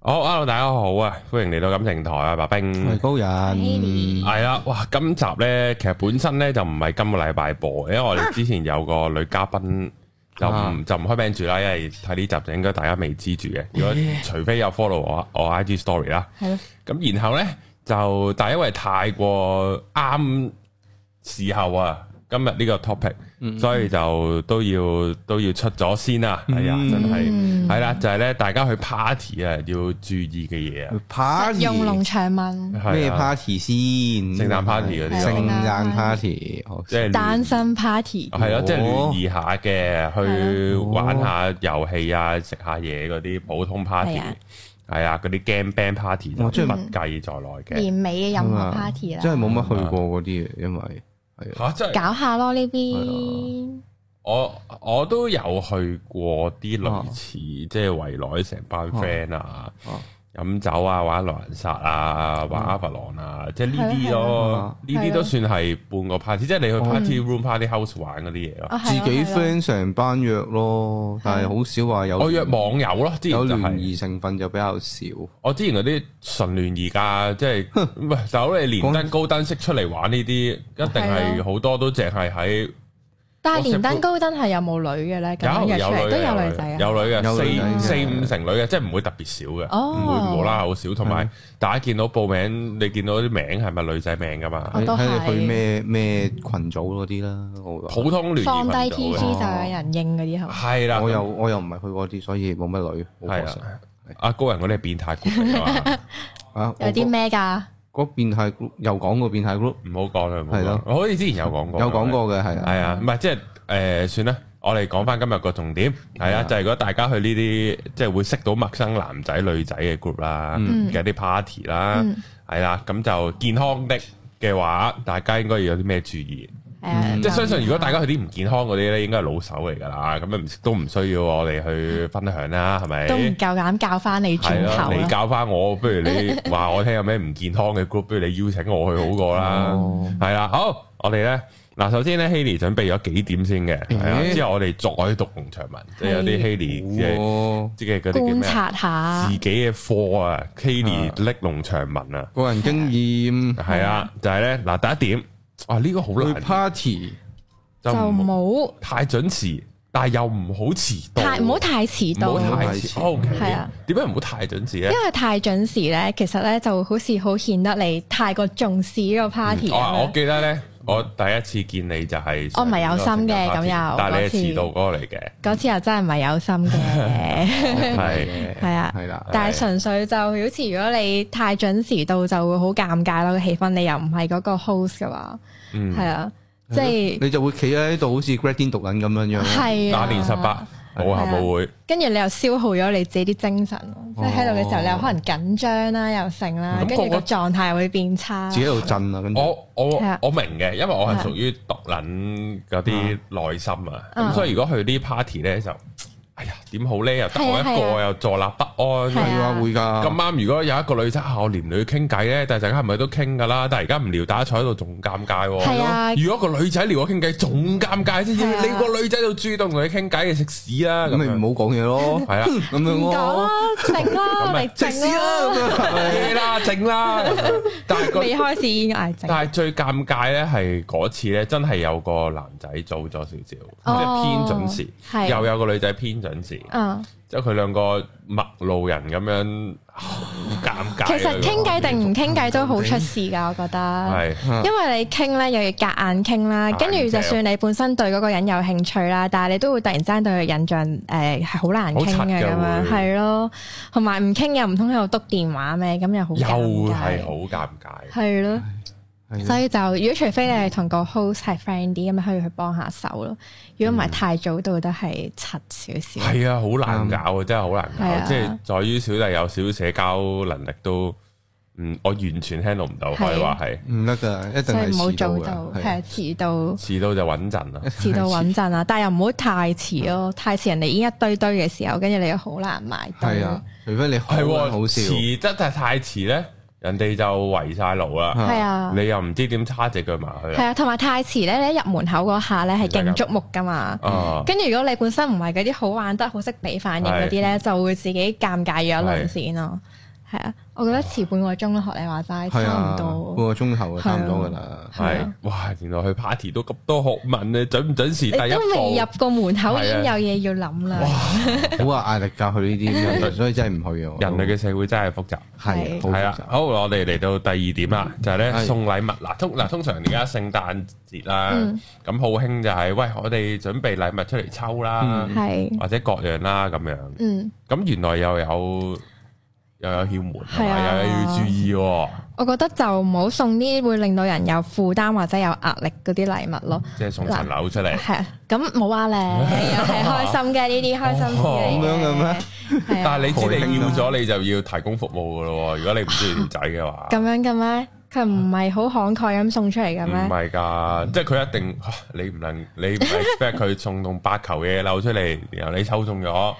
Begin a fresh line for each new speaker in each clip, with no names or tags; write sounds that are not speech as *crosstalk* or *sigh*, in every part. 好，hello，大家好啊，歡迎嚟到感情台啊，白
喂
冰。
高人，
Hailey
係啦，哇，今集咧，其實本身咧就唔係今個禮拜播，因為我哋之前有個女嘉賓就
啊
唔就唔開名住啦，因為睇呢集就應該大家未知住嘅。如果除非有 follow 我我 IG story 啦，
系咯，
咁然後咧就但係因為太過啱時候啊，今日呢個 topic，所以就都要都要出咗先啊。係啊，
嗯
真係
嗯
係啦，就係咧大家去 party 啊要注意嘅嘢啊。
實
party
用農場文，
係啊
咩 party 先？
聖誕 party 嗰啲咯
聖誕 party，好
即係
單身 party，
係啊咯，即係聯
哦
誼下嘅，去玩下遊戲啊，食下嘢嗰啲普通 party，
係啊
係啊，嗰啲 game band party 就
我真
不
係
計在內嘅。
年尾嘅嗯任何
啊
party 啦，
真係冇乜去過嗰啲嘅，因為係啊，
吓，真係
搞下咯呢邊，
我我都有去過啲類似即係圍內成班 friend 啊，
哦嗯
飲酒啊，玩狼人殺啊，玩阿 v 狼啊，即係呢啲咯，呢啲
係啊係啊
都算係半個 party，即係你
哦
去 party room、party house 玩嗰啲嘢咯。
哦
自己 friend 成班約
啊
咯，但係好少話有
我約網友咯，之前
有
就
聯
係。
誼成分就比較少。
我之前嗰啲純聯誼㗎，即係唔係走你連登高登識出嚟玩呢啲，一定
係
係
咯
好多都淨係喺
但係
WhatsApp
連登高登係有冇女嘅咧？咁樣
有
約出嚟
有
都
女
有女仔啊，
有女
有女
嘅
嘅
四四五成女嘅，即係唔會特別少嘅，
哦
唔會無啦啦好少。同埋大家見到報名，你見到啲名係咪女仔名㗎嘛？
我
睇
都係
睇你去咩咩群組嗰啲啦，我會話
普通聯
放低
誼啊群
TG
組
就
嘅，
有人應嗰啲係嘛？
係啦，
我又我又唔係去嗰啲，所以冇乜女，好
係
可惜
啊。阿高人嗰啲係變
*laughs*
態 group 嚟㗎嘛，
啊！
有啲咩㗎？
嗰變態 group 又講過變態 group，
唔好講啦，唔好
係咯
講。我好似之前有講過，
有講過嘅係啊。
係啊，唔係即係誒，算啦。我哋講翻今日個重點，係啊，
啊
就係如果大家去呢啲即係會識到陌生男仔女仔嘅 group 啦，
嗯
嘅啲 party 啦，係啦，咁就健康的嘅話，大家應該要有啲咩注意？
係啊，
嗯即係相信如果大家去啲唔健康嗰啲咧，應該係老手嚟㗎啦，咁啊唔都唔需要我哋去分享啦，係咪？
都唔夠膽教翻你轉
係啊
頭
你
啦，
教翻我，不如你
*laughs*
話我聽有咩唔健康嘅 group，不如你邀請我去好過啦。
哦
係啦，好，我哋咧嗱，首先咧 Haley 準備咗幾點先嘅，係啊，
咦
之後我哋再讀農場文，即係有啲
係
Haley 嘅
哦
即係嗰啲叫
觀
咩啊
察下
自，己嘅課啊
啊
，Haley 拎農場文啊，
個人經驗
係啊，就係咧嗱第一點，啊呢個好
去
難，
party
就
就
唔
唔好
太準時，但係又唔好遲到，
太唔好太遲到
唔好。太
太
遲
遲
，O K，
係啊
點解唔好太準時咧
因？為太準時咧，其實咧就好似好顯得你太過重視呢個 party
嗯我
啊咁樣
哦
哦
我記得咧，我第一次見你就係
我唔係有心嘅咁又
但係你係
嗰次
遲到嗰個嚟嘅，
嗰次又真係唔係有心
*laughs*
嘅，
係
係啊。
係啦，
但係純粹就好似如果你太準時到就會好尷尬咯，個氣氛你又唔係嗰個 host 嘅話，
嗯
係啊，即係
你就會企喺度好似 grad 癲讀撚咁樣樣。
係啊
打年十八，冇校冇會。
跟住你又消耗咗你自己啲精神咯，即係喺度嘅時候你又可能緊張啦，又剩啦
哦咁，
跟住
個
個
個
狀態又會變差
自。己喺度震啊，跟住
我我
係啊
我明嘅，因為我係
係啊
屬於獨撚嗰啲內心啊，咁
嗯
所以如果去啲 party 咧就，哎呀點好咧？又得我
係啊
一
係
個，又坐立不
係
安。
係啊會
咁
㗎，
啱，如果有一個女仔啊，我連女傾偈咧，但係大家係咪都傾噶啦？但係而家唔聊，大家坐喺度仲尷尬喎。
係啊
如果個女仔撩我傾偈，仲尷尬先。
係啊
你個女仔就主動同你傾偈，你食屎啦啊咁
咁咪
樣。
唔好講嘢咯，
係啊，
*laughs* 咁樣
唔講啦
*laughs*
咯，，
靜啦，
咁咪
我哋
食屎
靜
啦
啦，
咁樣。
咩啦，整
*laughs*
啦。咁樣但係個
未開始已經嗌靜。
啊但係最尷尬咧係嗰次咧，真係有個男仔早咗少少，即係偏
哦
準時，
係
又有個女仔偏準時，
嗯，
即係佢兩個陌路人咁樣，好尷尬。啊
其實傾偈定唔傾偈都好出事㗎，我覺得。
係
啊
因為你傾咧又要夾硬傾啦，跟住就算你本身對嗰個人有興趣啦，但係你都會突然之間對佢印象誒係好難傾
好柒
嘅
嘅
咁樣，
會
係咯，同埋唔傾又唔通喺度篤電話咩？咁又好
又係
尷
好嗯
尬，
尷尬，
係咯。
係
所以就如果除非你係同個 host 係 friend 啲，咁咪可以去幫下手咯。如果唔係太早到都係柒少少。
嗯係啊，好難搞啊，真係好難
係
搞。
啊
即係在於小弟有少少社交能力都，嗯，我完全 handle 唔到，
係
可以話係
唔得㗎，一定
所以
係啊
唔好
遲到
早到，
㗎。
啊
係遲到。
遲到就穩陣啦。
遲到穩陣啊，但係又唔好太遲咯，太遲人哋已經一堆堆嘅時候，跟住你又好難埋
係啊
堆。
啊，除非你好
係喎
好笑，
遲得太太遲咧，人哋就圍晒路啦，
啊
係啊，
你又唔知點叉只腳埋去
係
啦，
啊，同埋太遲咧，你一入門口嗰下咧係勁觸目噶嘛。
啊，
跟住如果你本身唔係嗰啲好玩得好識俾反應嗰啲咧，就會自己尷尬咗一輪先咯。係啊，我覺得遲半個鐘咯，學你話齋
係
差
啊
唔，
半
多。
個鐘頭就差唔多噶啦。
係
係
啊，
哇，原來去 party 都咁多學問你準唔準時
你
第一
都未入
步？
個門口已經
係
有嘢要諗啦。
好啊，壓力教佢呢
*laughs*
啲咁樣，所以真係唔去嘅。
人類嘅社會真係複雜。
係啊好
係
複
啦，
雜，
啊
好，我哋嚟到第二點啦，就係咧
係
送禮物嗱，通嗱通常而家聖誕節啦
嗯，
咁好興就係喂，我哋準備禮物出嚟抽啦，
係，
或者各樣啦咁樣，
嗯，
咁原來又有又有竅門，係
係啊
嘛，又要注意喎，
我覺得就唔好送啲會令到人有負擔或者有壓力嗰啲禮物咯。
即係送層樓出嚟，
係啊，咁冇
*laughs*
話咧，係開心嘅呢啲開心事嚟
哦咁樣嘅咩？
係啊
哦但係你知你要咗你就要提供服務噶咯喎，如果你唔中意條仔嘅話，
咁樣嘅咩？佢唔係好慷慨咁送出嚟嘅
唔
咩？
係㗎，即係佢一定 *laughs* 你唔能你唔 expect 佢送棟八球嘅樓出嚟，然後你抽中咗。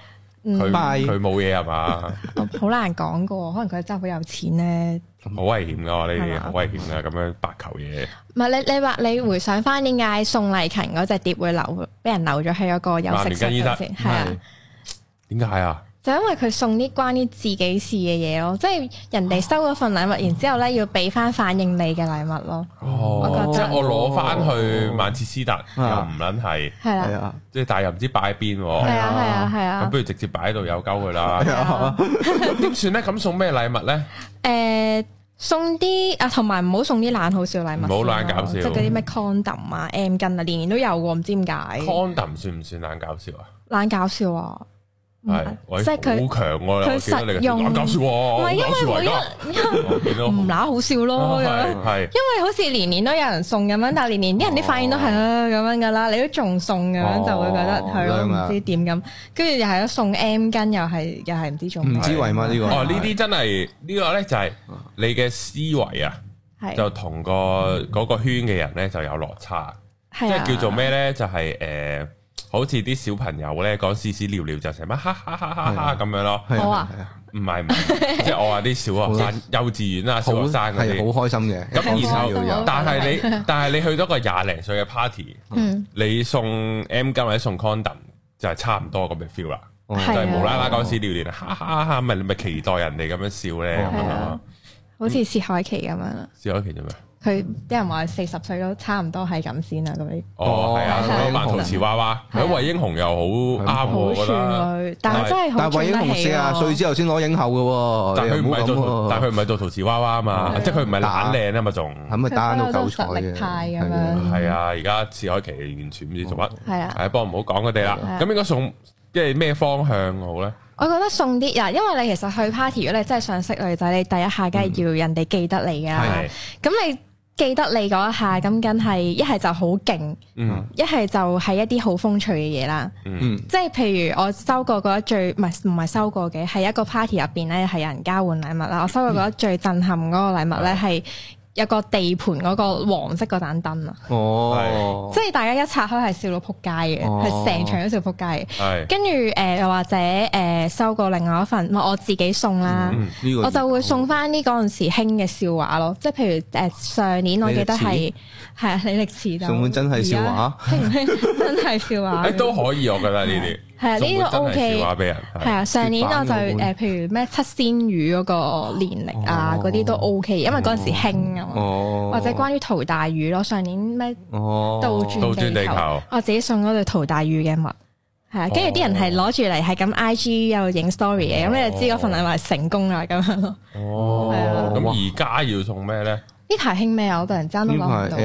佢
嗯，
拜
佢冇嘢係嘛？
好難講噶，可能佢真係好有錢咧。
好危險噶，呢
係啊
啲
嘛
好危險噶，咁樣白球嘢
唔係你你話你回想翻點解宋麗勤嗰隻碟會留俾人留咗喺嗰個休息室度先？係
嗯
啊，
點解啊？
就因為佢送啲關於自己事嘅嘢咯，即係人
哦
哋收咗份禮物，然之後咧要俾翻反應你嘅禮物咯，
哦
我，
即
覺得
係我攞翻去曼徹斯特又唔撚係，
係
係
啦，
啊，
即係但係又唔知擺喺邊
係
喎，
啊，係啊，係
咁
啊
不，如直接擺喺度有鳩佢啦
係。
哦
啊。
點算咧？咁送咩禮物咧？
诶、送啲啊，同埋唔好送啲懶好笑禮物，啊
唔好懶搞笑
即係嗰啲咩 condom 啊、M 巾啊，年年都有喎，唔知點解
condom 算唔算冷搞笑啊？
懶搞笑啊，唔
係
係，
喂
即係佢
好強喎！我
佢
見到你嘅
實用
冷搞笑喎，
唔係
冷
因
搞笑
為每一
嚟 *laughs* 㗎，我見到啊
唔乸好笑咯，咁樣
哦係係
因為好似年年都有人送咁樣，但係年年啲人啲反應都係啊咁樣噶啦，你都仲送咁樣
哦
就會覺得係咯，
靚
唔
啊
知點咁，跟住又係咯送 M 巾又係又係唔知做咩
唔知為乜呢個？
哦，呢啲真係呢個咧就係你嘅思維啊！
係
就同個嗰個圈嘅人咧就有落差，即
係啊
係叫做咩咧？就係誒，好似啲小朋友咧講屎屎尿尿就成乜哈哈哈哈哈咁樣咯，
係
好
啊
啊，
係啊
唔係唔係，即係我話啲小學生、幼稚園啊、小學生嗰
係
啲。
好開心嘅。
咁然後
一講笑
好
就
但係你但係你去到個廿零歲嘅 party，
嗯
你送 M 巾或者送 condom 就係差唔多咁嘅 feel 啦，
哦
就
係
係
啊
無啦啦講屎尿尿，哈哈哈，咪你咪期待人哋咁樣笑咧，咁樣
係
咯
啊好似薛凱琪咁樣啊啦，
笑咗其做咩？
佢啲人話四十歲都差唔多係咁先啦咁樣。
哦，係啊，
哦
佢扮陶瓷娃娃，
係啊
喺惠英紅又好啱
好啊
我覺
處
得，
女，但係真係好
但係
串
魏英
得
紅
起
四啊歲
喎。
之後先攞影后嘅喎，
但佢唔
哦你又
係
好咁
做，
喎
但佢唔係做陶瓷娃娃啊
係
嘛，
啊
即係佢唔係懶靚啊嘛，仲
咁咪單到九彩
佢不嬲都實
嘅，
力派咁樣
係啊
係啊，而家薛凱琪完全唔知做乜，
係啊，
係不過唔好講佢哋啦
係啊。
咁應該送即係咩方向好咧？
我覺得送啲啊人，因為你其實去 party，如果你真係想識女仔，你第一下梗係要人哋記得你㗎啦
係。
咁你記得你嗰一下，咁梗係一係就好勁，
嗯
一係就係一啲好風趣嘅嘢啦。
嗯
嗯，
即係譬如我收過覺得最唔係唔係收過嘅，係一個 party 入邊咧係有人交換禮物啦。我收過覺得最震撼嗰個禮物
嗯
咧係有個地盤嗰個黃色嗰盞燈啊！
哦，
即係大家一拆開係笑到撲街嘅，
哦
係成、場都笑撲街嘅。
係
跟住誒又或者誒、呃收過另外一份，唔係我自己送啦。
嗯
呢個
我就會送翻啲嗰陣時興嘅笑話咯，即係譬如誒、呃上年我記得係係啊李力持
哦
就
送本真係笑話
而家興唔興真係笑
*laughs*
話？
誒都可以，我覺得呢啲
係啊，呢
送本
個
真
O
係
K
笑。話俾人
係啊，上年我就
絕版
誒，譬如咩七仙魚嗰個年歷啊，
哦
嗰啲都 O K，因為嗰陣時興啊嘛，
哦，
或者關於陶大宇咯，上年咩
哦
倒轉
倒轉地
地
球
球，我自己送嗰對陶大宇嘅襪，係啊，跟住啲人係攞住嚟係咁 I G 又影 story 嘅，咁你就知嗰份禮物係成功啦咁樣咯。係啊
哦。咁而家要送咩咧？
*laughs* 呢排興咩啊？我突然間都諗唔到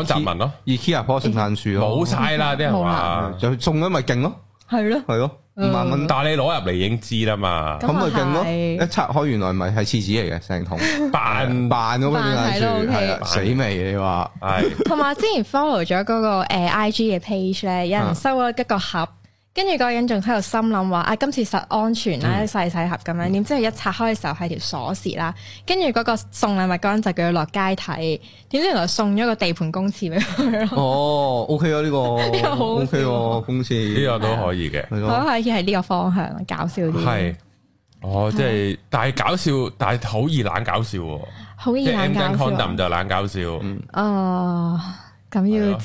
喎，
江澤民咯，
IKEA 棵聖誕樹咯，嗯
冇晒啦啲人
冇
話
啦，
就送咗咪勁咯，
*laughs* 係咯，
係咯，五
嗯
萬蚊
但係你攞入嚟已經知啦嘛，
咁啊
咁咪勁咯，
係
一拆開原來咪係廁紙嚟嘅成桶，
扮
扮嗰個聖
扮
誕
係咯
樹，
，OK
係啊死未你話
係。
同埋之前 follow 咗嗰個 I G 嘅 page 咧，有人收咗一個盒，跟住嗰個人仲喺度心諗話啊，今次實安全啦，細細盒咁樣。點知佢一拆開嘅時候係條鎖匙啦，跟住嗰個送禮物嗰人就叫佢落街睇，點知原來送咗個地盤公廁俾佢咯。
哦，OK 啊呢個
呢個好
，OK 喎，公司
呢個都可以嘅，
係
*laughs* 我
咯，
可以係呢個方向搞笑啲。啊
係哦，即係但係搞笑，但係好易懶搞笑喎，
好易
即係
冷
M 跟
搞笑啊
condom 就懶搞笑。
哦，咁
係
要
咯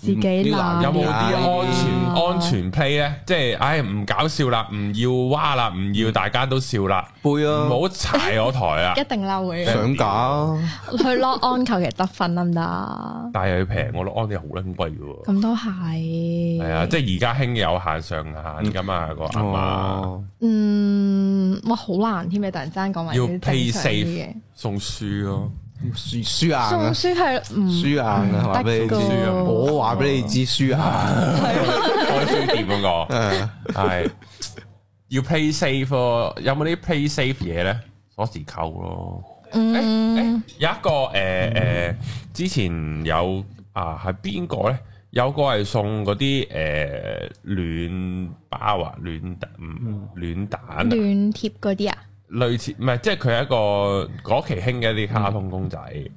自己
嗯
諗
呢
有冇啲
啊
安全
哦
安全 play 咧？即係唉唔搞笑啦，唔要哇啦，唔
嗯
要大家都笑啦，
背
唔
啊，
好踩我台啊啦
*laughs* 一。定嬲嘅，
上架啊，
去 lock on 求其得分得唔得啊？
但係又要平，我攞安你好撚貴嘅喎。
咁都係，
係啊，即係而家興有限上限噶嘛個銀碼，
哦，
嗯，哇，好難添啊！突然之間講埋
要
啲
pay
正常啲
safe 送書咯。
輸輸硬啊
嘅，送，書嗯係唔
輸硬啊，話俾你知
得㗎，
我話俾你知輸硬，
開書店嗰個
誒
係要 play safe 咯，有冇啲 play safe 嘢咧？鎖匙扣咯，
嗯
有一個誒誒，之前有啊係邊個咧？有個係送嗰啲誒暖包啊，暖蛋暖蛋啊，
暖貼嗰啲啊？
類似唔係即係佢係一個嗰期興嘅一啲卡通公仔，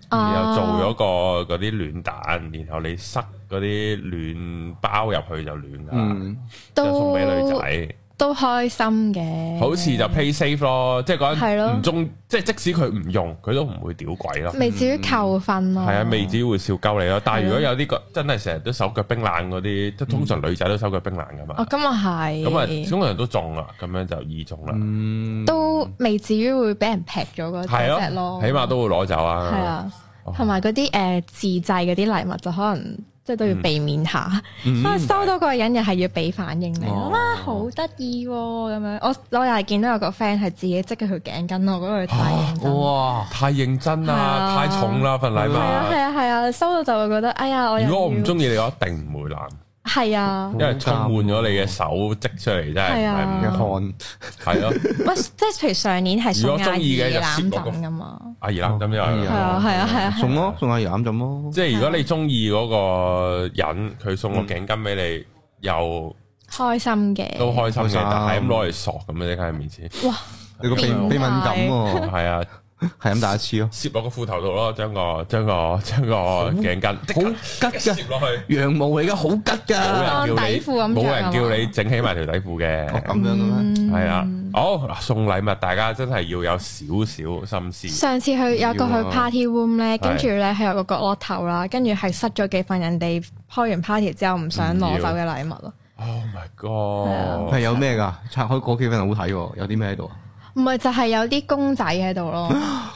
嗯
然後
啊
做咗個嗰啲暖蛋，然後你塞嗰啲暖包入去就暖啦，
嗯，
就送俾女
都
仔。
都開心嘅，
好似就 play safe 咯，即係嗰
嗯係咯
陣唔中，即係即使佢唔用，佢都唔會屌鬼咯。
未至於扣分咯。
係啊，未至於會笑鳩你咯。但係如果
係咯嗯
有啲個真係成日都手腳冰冷嗰啲，即係通常女仔都手腳冰冷噶
哦，
嘛，
咁啊係，
咁啊通常都中啦，咁樣就易中啦，
嗯，
都未至於會俾人劈咗嗰
係
嗰隻
咯
咯，，
起碼都會攞走
係
啊。
啊
哦，
同埋嗰啲誒自製嗰啲禮物就可能即係都要避免下，
嗯
*laughs* 因為收到嗰個人又係要俾反應你，
哦
哇好得意喎咁樣，我我又係見到有個 friend 係自己織咗條頸巾咯，嗰個太認真。
哦
哇，
太認真
係
啦，
啊
太重啦份禮
係啊係
物。
啊係啊，收到就會覺得哎呀我又
如果我唔
要
中意你，我一定唔會攬，
係啊
因，為充滿咗你嘅手織出嚟，真係唔
係啊
係
一
唔
汗，
係咯。
喂即係譬如上年係
嗯如
送
果
阿
中意
姨
嘅就
嘅
攝
攬
嗰個
枕噶嘛，
阿姨攬咁
哎
樣
呀。
啊係啊係啊係啊，
送咯，送下飲浸咯，
即係如果你中意嗰個人，佢送個頸巾俾你，又
開心嘅
都開心
開心
嘅，但係咁攞嚟索咁樣喺佢面前，
你個鼻
變
鼻
態
敏感
哦
喎，
係啊，
係咁打一次咯，
攝落個褲頭度咯，將個將個將個頸巾
好吉㗎
攝落去，
羊毛嚟噶，好吉㗎，
冇人叫你
啊當底褲咁
冇
着
人
啊
叫
嘛
你整起埋條底褲
哦
嘅，
咁樣嘅咩？
嗯
係啊啦。好嗱，送禮物大家真係要有少少心思，
上次去有
要
個去
啊
party room 咧，跟
係
住咧係有個角落頭啦，跟住係塞咗幾份人哋開完 party 之後唔想攞走嘅禮物咯。
Oh my
係
啊
god！
有咩㗎？拆開嗰幾份好睇喎，有啲咩喺度啊？
唔係就係有啲公仔喺
*laughs*
度咯，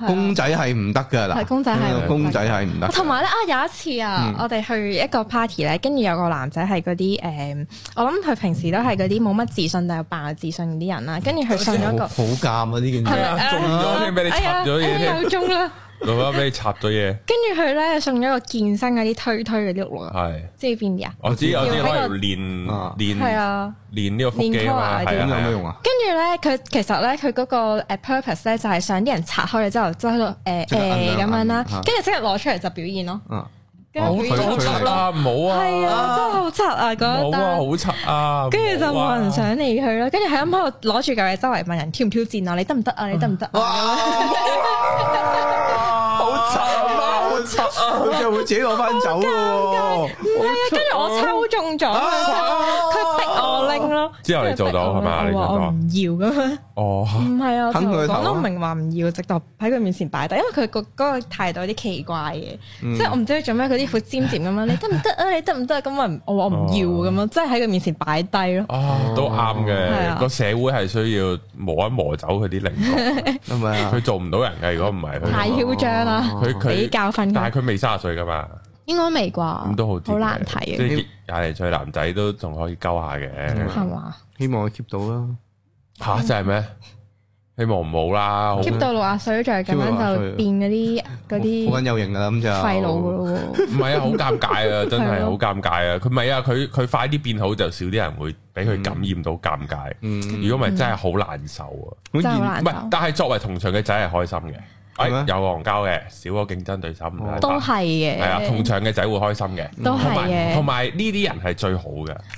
公仔係唔得㗎嗱
係，公仔係唔得㗎
公仔係唔得㗎。
同埋咧啊，有一次啊，
嗯
我哋去一個 party 咧，跟住有個男仔係嗰啲誒，我諗佢平時都係嗰啲冇乜自信但又扮有自信嗰啲人啦，跟住佢送咗
好
個
好尷啊！呢件
係
事，
*laughs* 啊，中咗添，俾你
哎呀
插咗嘢
哎呀
添，
又中啦，
老媽俾你插咗嘢，
跟住佢咧送咗個健身嗰啲推推嗰啲碌啊，
係
知邊啲啊？
我知我知
要喺
攞
個
嚟練
啊
練
係啊。
練呢個腹肌啊嘛，
練 core
係啊
咁有
係啊
咩用啊？
跟住咧，佢其實咧，佢嗰個誒 purpose 咧，就係想啲人拆開你之後，即喺度誒
即刻摁
誒
兩
咁樣啦
摁嚇，
跟住即刻攞出嚟就表演咯，
啊，
跟住表
佢
演
好
佢
柒啊，唔好啊，
係啊，真係好柒啊嗰一
唔好啊，
單
好，柒啊，
跟住就
唔好
冇
啊
人，想理佢啦，跟住係咁喺度攞住嚿嘢周圍問人挑唔挑戰啊，你得唔得啊，你得唔得啊？
好慘啊！好慘啊！佢就會自己攞翻走㗎喎。
唔係啊，跟住
哦
我抽中咗，啊佢逼我拎咯，
之後你做到係嘛
跟住逼我拎我話我唔要咁樣。
哦，嚇
唔係啊，我
啃佢
就
頭啊
講都唔明話唔要，直頭喺佢面前擺低，因為佢個嗰個態度有啲奇怪嘅，即係我唔知佢做咩，佢啲好尖尖咁樣，你得唔得啊？你得唔得啊？咁我我話我唔要咁樣，即係喺佢面前擺低咯。
啊，都啱
係
嘅，
啊
個社會係需要磨一磨走佢啲
*laughs*
稜角，
係咪啊
佢？做唔到人嘅，如果唔係
太
佢，
囂張啊啦，
佢
俾
佢，
教訓
但
佢，
係佢未卅歲噶嘛，
應該未啩？
咁都好啲嘅，
哦好難睇啊
即係
嘅，
廿零歲男仔都仲可以溝下嘅，
係嘛
希望佢 keep 到啦。
吓真係咩？希望唔好啦，好
？keep
唔
到六啊歲再咁
keep 到
樣
60
就
歲
變嗰啲嗰
好緊
啲
有型㗎啦，咁就
廢佬噶。咯喎。
係啊，好尷尬
*laughs*
啊，真係
係
好
咯
尷尬啊！佢唔係啊，佢佢快啲變好就少啲人會俾佢感染到尷尬，
嗯，
如果唔係真係好難受啊！
好
真係好
現
嗯難
唔係，但係作為同場嘅仔係開心嘅，哎
係咩
有戇交嘅，少個競爭對手唔
哦
係
都係
係啊，同
嘅，
場嘅仔會開心嘅，
都
同
係
埋同
嘅，
埋呢啲人係最好嘅，即係
係
係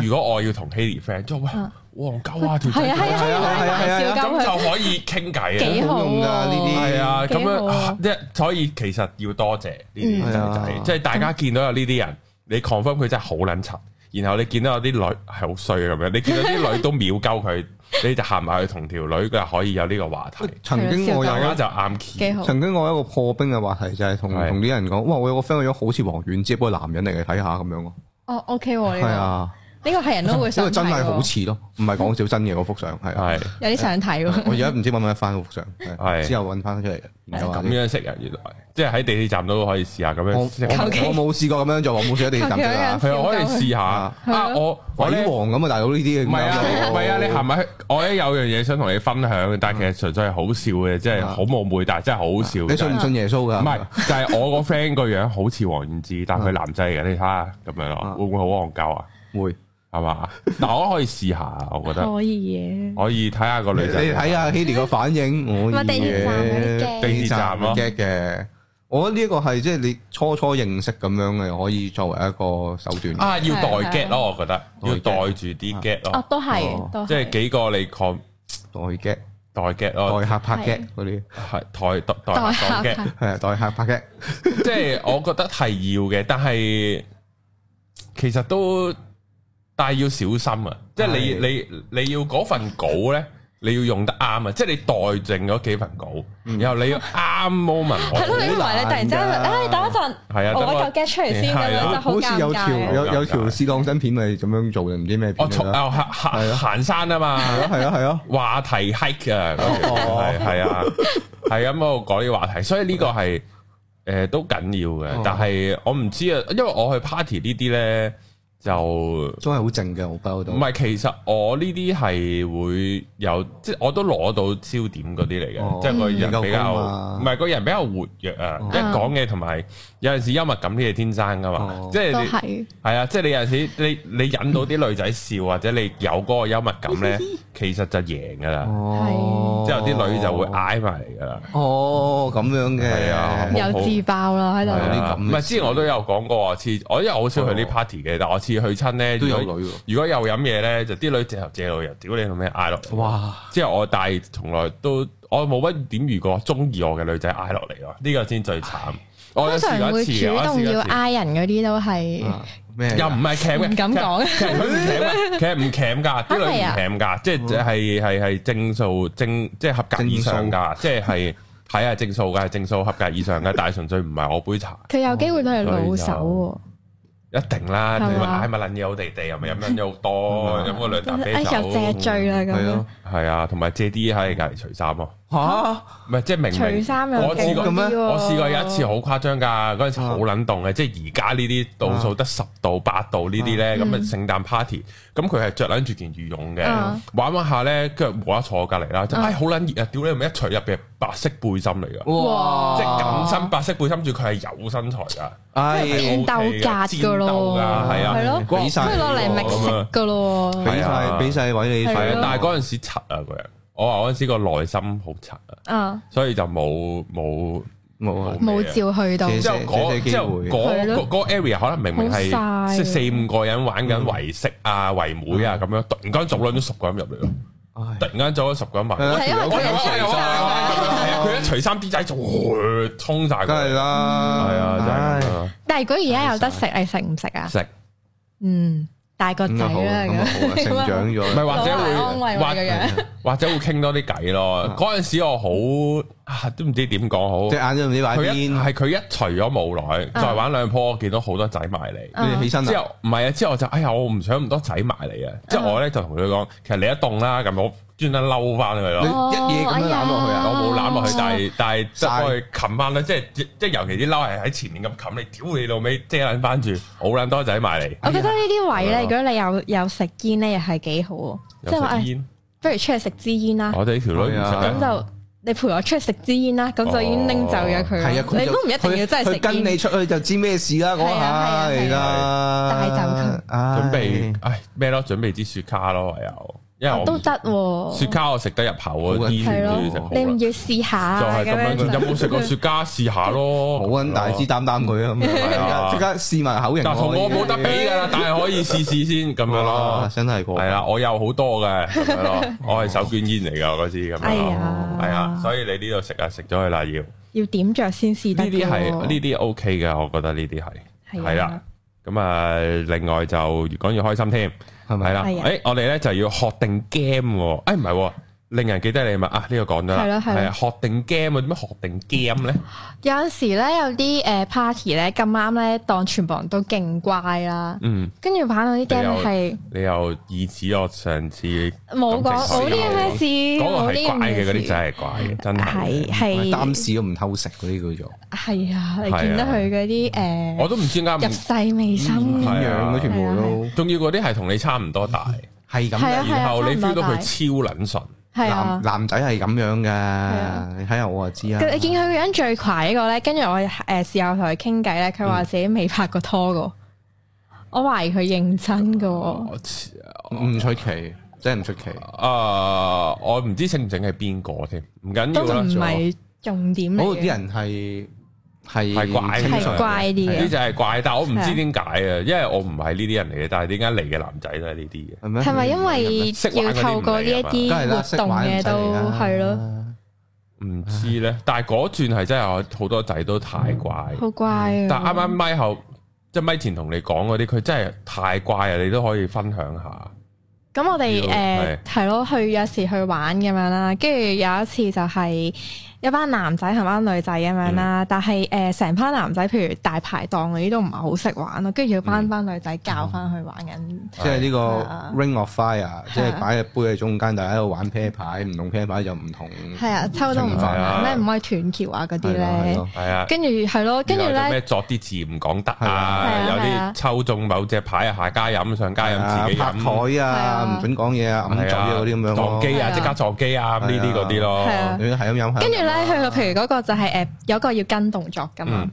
咩
如果我要同 Hailey friend，即係
啊
喂戇交啊條
係
仔，
啊係啊係啊
係啊係啊係
係啊，
啊
笑鳩
咁
佢。
就可以傾偈啊
幾
嘅，
好
好用㗎
喎
呢啲
係啊，咁
幾好
樣
啊
啊即係所以其實要多謝呢啲仔仔
嗯，啊
即係大家見到有呢啲人，你 confirm 佢真係好撚柒，然後你見到有啲女係好衰咁樣，你見到啲女都秒鳩佢，你就行埋去同條女，佢可以有呢個話題，
曾經我有
啊
大家
一
就啱 key。
幾好。
曾經我有一個破冰嘅話題就係同
係
同啲人講，哇！我有個 friend 個樣好似黃遠之，不過男人嚟嘅，睇下咁樣咯。
哦，OK 喎，呢
係
個
啊，
呢個係人都會
因
想
為
睇
真係好
喎，
似咯，唔係講笑真嘅嗰幅相係啊。
係
有啲想睇
我
喎。
而家唔知揾唔揾得翻嗰幅相，係
係
之後揾翻出嚟。研究下
咁
啲
樣識人，原來即係喺地鐵站都可以試下咁
我
樣識人。
求其
我我冇試過咁樣做，我冇試喺地鐵站做啊。
係啊，可以試下
啊
啊！我我呢
鬼王咁啊，大佬呢啲嘢
唔係啊，
咁樣
唔係啊，你行埋去，我咧有樣嘢想同你分享，但係其實純粹係好笑嘅，即係好冒昧，但係真係好笑嘅。
啊你信唔信耶穌噶？
唔係，就係我個 friend 個樣好似黃遠志，但係佢男仔嚟嘅，你睇下咁樣
啊
咯，會唔會好戇鳩
*laughs*
啊？
會，
係嘛？嗱，我可以試下，我覺得
可以嘅，
可以睇下個
你
女仔。
你睇下 Hilly 個反應，我
啊咪地鐵站嗰啲
嘅
gag
地鐵站啊咯
get 嘅。我覺得呢一個係即係你初初認識咁樣嘅，可以作為一個手段。
啊，要代
係
get 咯，我覺得
代
要
get
袋住啲 get
哦
咯，，
都係
哦，
都係
即係幾個你 con
代 get、
代 get 咯，
代客拍
係
get 嗰啲，
係代代代
代
代 get。
係
客
啊代客拍 get。
即係我覺得係要嘅，但係其實都但係要小心啊！即係你你你要嗰份稿咧，你要用得啱啊！即係你待剩嗰幾份稿，
嗯
然後你要啱 moment
係咯，
我。
你以為你突然之間，
好難㗎
唉，等一陣，
係啊等
我
我
嚿 get 出嚟先，咁
係
樣
啊
就好
好似有
尷
條
尬。
有有條試當真片咪咁樣做嘅，唔知咩
我
片嚟
從
啦。
啊行
係啊
行行山啊嘛，
係啊係啊係啊，
話題 hike 啊，嗰條
哦
係係啊，係咁我講呢個話題，所以呢個係誒都緊要
哦
嘅，但係我唔知啊，因為我去 party 呢啲咧就。
真係好靜嘅，我包到
唔。係，其實我呢啲係會有，即係我都攞到焦點嗰啲嚟嘅，
哦
即係個人比較，
嗯夠高嘛
唔係個人比較活躍啊，
哦
即係講嘢同埋有陣時幽默感呢係天生噶嘛，
哦
即係
都
你
係，
係啊，即係你有陣時你你引到啲女仔笑或者你有嗰個幽默感咧，其實就贏噶啦，
哦，
之後啲女就會嗌埋嚟噶啦。
哦，咁樣嘅，
係啊好
有自爆啦喺
係
哦有
度，
啲
啊
咁嘅哦
唔係之前我都有講過啊，次我因為我好少去呢 party 嘅，但我次去親咧，
都
如
有
果
女喎。
如果又飲嘢咧，就啲女借頭借路又屌你老咩嗌落嚟。
哇！
之後我但係從來都我冇乜點遇過中意我嘅女仔嗌落嚟咯，呢、個先最慘。我有
通
試
常
過一
會
次
主
嘅，我有
動
試
要
過一次，
挨人嗰啲都係，
咩？
又唔係鉗嘅，
唔敢講
其
*laughs*
實佢唔 *laughs* 鉗嘅，其實唔鉗㗎，啲女唔
係啊
鉗㗎，即係係係係正數正即係合格以上㗎，即係係係啊正數㗎，係正數合格以上㗎，但係純粹唔係我杯茶，
佢有機會都係老手
一定啦，你
係啊
咪
嘛
嗌咪撚嘢好地地，又
*laughs*
咪飲撚嘢好多，
嗯
飲嗰兩
喎，
啖啤
哎又借
酒，
醉啦咁
係
樣
咯。
係啊，同埋借啲喺隔離除衫咯，
吓
唔係即係明
除
明。
衫又
我
勁
試過
啲
咩
喎
我試過有一次好誇張㗎，嗰陣時好冷
啊
凍嘅，即係而家呢啲度數得十度八度呢啲
嗯
咧，咁啊聖誕 party，咁佢係着撚住件羽絨嘅
啊，
玩玩下咧，跟住冇得坐我隔離啦，就唉好撚熱啊！屌你咪一除入邊係白色背心嚟㗎，
哇
即係緊身白色背心，住佢係有身材㗎，
唉，
即係
係 OK
戰鬥格㗎咯
戰鬥㗎係
係
啊
咯，
俾晒
都係
你
攞嚟
喎
覓食噶咯喎，
俾
係
晒
啊
俾晒位你，
係
係咯
啊，但係嗰陣時柒啊個人，我話嗰陣時個內心好柒啊，
啊
所以就冇冇。
冇啊，
冇照去到，
其
之
實
後嗰
借借
之後
機會
嗰
係咯
嗰嗰 area 可能明明
好
係
曬
即係四五個人玩緊圍色啊、圍妹啊咁樣，突然間走撚咗十個人入嚟咯，
唉
突然間走咗十個人埋嚟。
係啊
係因為
我
佢
有啊
一
我有啊係啊，佢
除衫啊。
一除衫啲仔就呃衝晒過嚟，
梗係啦，
係啊，就係咁樣咯
*laughs* 但係如果而家有得食，你食唔食啊？
食。
嗯，大個
唉
仔
咁啊好，
啦
咁啊好啊，
*laughs* 咁
成長
唔
咗
係
啦，
或者
老懷
會
安慰我哋嘅
或
樣
或者會傾多啲偈咯。嗰陣時我好啊都唔知點講好。
隻眼都唔知擺
佢一
邊，
係佢一除咗冇耐，再玩兩鋪，我見到好多仔埋嚟。
啊
你起身
之
啦，
後唔係啊，之後我就哎呀，我唔想咁多仔埋嚟啊！之後我咧就同佢講，其實你一凍啦，咁我專登嬲翻佢
你啊
咯。
一夜咁樣攬落去啊
我冇攬落去，但
係
係但係即
曬
係幫佢冚翻啦，即係即係尤其啲褸係喺前面咁冚，你屌你老味遮撚翻住，好撚多仔埋嚟，
我覺得呢啲位
係
咧，
啊
如果你有有食煙咧，又係幾好喎，即係
又
話
食
哎
煙，
不如出去食支煙啦，
我哋條女唔食
係
啊
啊
咁就你陪我出去食支煙啦，咁
哦
就已經拎走咗佢啦。
係啊，佢
你
就
都唔一定要真係
佢佢
食
跟你
煙，
出去就知咩事啦，嗰
係啊
下
係啊
嚟啦，
係啊
準
帶
備
哎
唉咩咯，準備支雪茄咯唯有，因為
哦
我
都
唔
得喎。
雪茄我食得入口
好啊
啊，煙
係
唔中意食
咯，你唔
好
要試下
啦，就
啊
係咁樣，有冇
*laughs*
食過雪茄試下咯？
好撚大支擔擔佢
*laughs*
啊
係啊
咁，即刻試埋口型喎，
但同我冇得比噶啦，但係可以試試先咁樣
哇
咯。
真係個
係啊啦，我有好多嘅咁 *laughs* 樣咯，我係手捲煙嚟噶嗰支咁
哎
樣咯。
呀，
係啊，所以你呢度食啊，食咗佢啦要。呢
要點着先試得㗎喎。
啲係哦呢啲 OK 嘅，我覺得呢啲係
係啊
係啦。咁啊，另外就越講越開心添。
係咪
系啦，
係啊
诶，我哋咧就要學定 game 喎，诶唔係，令人記低你嘛，啊呢個講咗啦，
係咯係咯
係啊，學定 game 啊，點樣學定 game 咧？
有陣時咧，有啲誒 party 咧咁啱咧，當全部人都勁乖啦，
嗯，
跟住玩到啲 game 係
你又以指我上次
冇講
感情
冇啲咁嘅事，
嗰個
冇啲
係
咁
怪嘅，
嘅
嗰啲
事
真係怪嘅，真
係
係。
係
擔屎都唔偷食嗰啲叫做
係啊！你
係啊
見得佢嗰啲誒
我都唔知
入
啱，
世未深
點
係啊
樣
嘅，
嘅全部都
仲要嗰啲係同你差唔多大，
係咁
係啊
嘅。
然後你
差
feel
唔多
到佢
大
超撚順，
係
男
啊。
男仔係咁樣
啊
噶，你睇下我就知啊。
佢你見佢個人最快呢個咧，跟住我誒事後同佢傾偈咧，佢話自己未拍過拖噶，我懷疑佢認真噶。
我知
唔出奇，真係唔出奇。
啊，我唔知醒唔醒係邊個添，唔緊
都
要
唔
啦。
係啊重點嚟
嗰
嘅
啲人係係
係怪
清
係
純
怪啲嘅
呢就係怪，但我唔
係啊
知點解啊，因為我唔係呢啲人嚟嘅，但係點解嚟嘅男仔都係呢啲嘅？
係咩？
係咪因為
識玩嗰啲唔
要透過呢一
理
梗係
啲
啦，
活
識
動
玩唔
嘅
使理
都
啦
係咯，。
唔知咧，但係嗰轉係真係有好多仔都太怪，
好乖啊！
但係啱啱咪後即係咪前同你講嗰啲，佢真係太怪啊！你都可以分享下，
咁我哋
要
誒係咯，去有時去玩咁樣啦，跟住有一次就係一班男仔同班女仔咁樣啦，但係誒成班男仔，譬如大排檔嗰啲都唔係好識玩咯，跟住要班班女仔教翻去玩緊，
即係呢
啊
個 Ring of Fire，即係擺喺杯嘅中間，大家喺度玩啤牌，唔同啤牌就唔同。
係啊，抽到唔同
係啊
咩唔可以斷橋啊嗰啲
係咯係
咧
咯，
係啊。
跟住係咯，跟住
然後就
咧
咩作啲字唔講得
係啊
啊
係，啊
有
係
啲
啊
抽中某隻牌啊，下家飲上家
啊
飲自己
拍
飲，
台
係
啊，
啊
唔准講嘢啊，揞
係
嘴啊嗰啲咁樣
撞
咯。
機啊，
係啊
即刻撞機啊，呢啲嗰啲
係啊
咯，
你係咁飲，係咁飲啊
跟住咧，佢個譬如嗰個就係、誒、有個要跟動作噶嘛。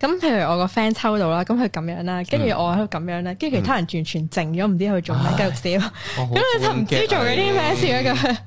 咁、譬如我個 friend 抽到啦，咁佢咁樣啦，跟住我喺度咁樣啦，跟住其他人完全靜咗，唔知佢做咩，繼續笑。
我好
咁你就唔知做緊啲咩事啦，咁樣
啊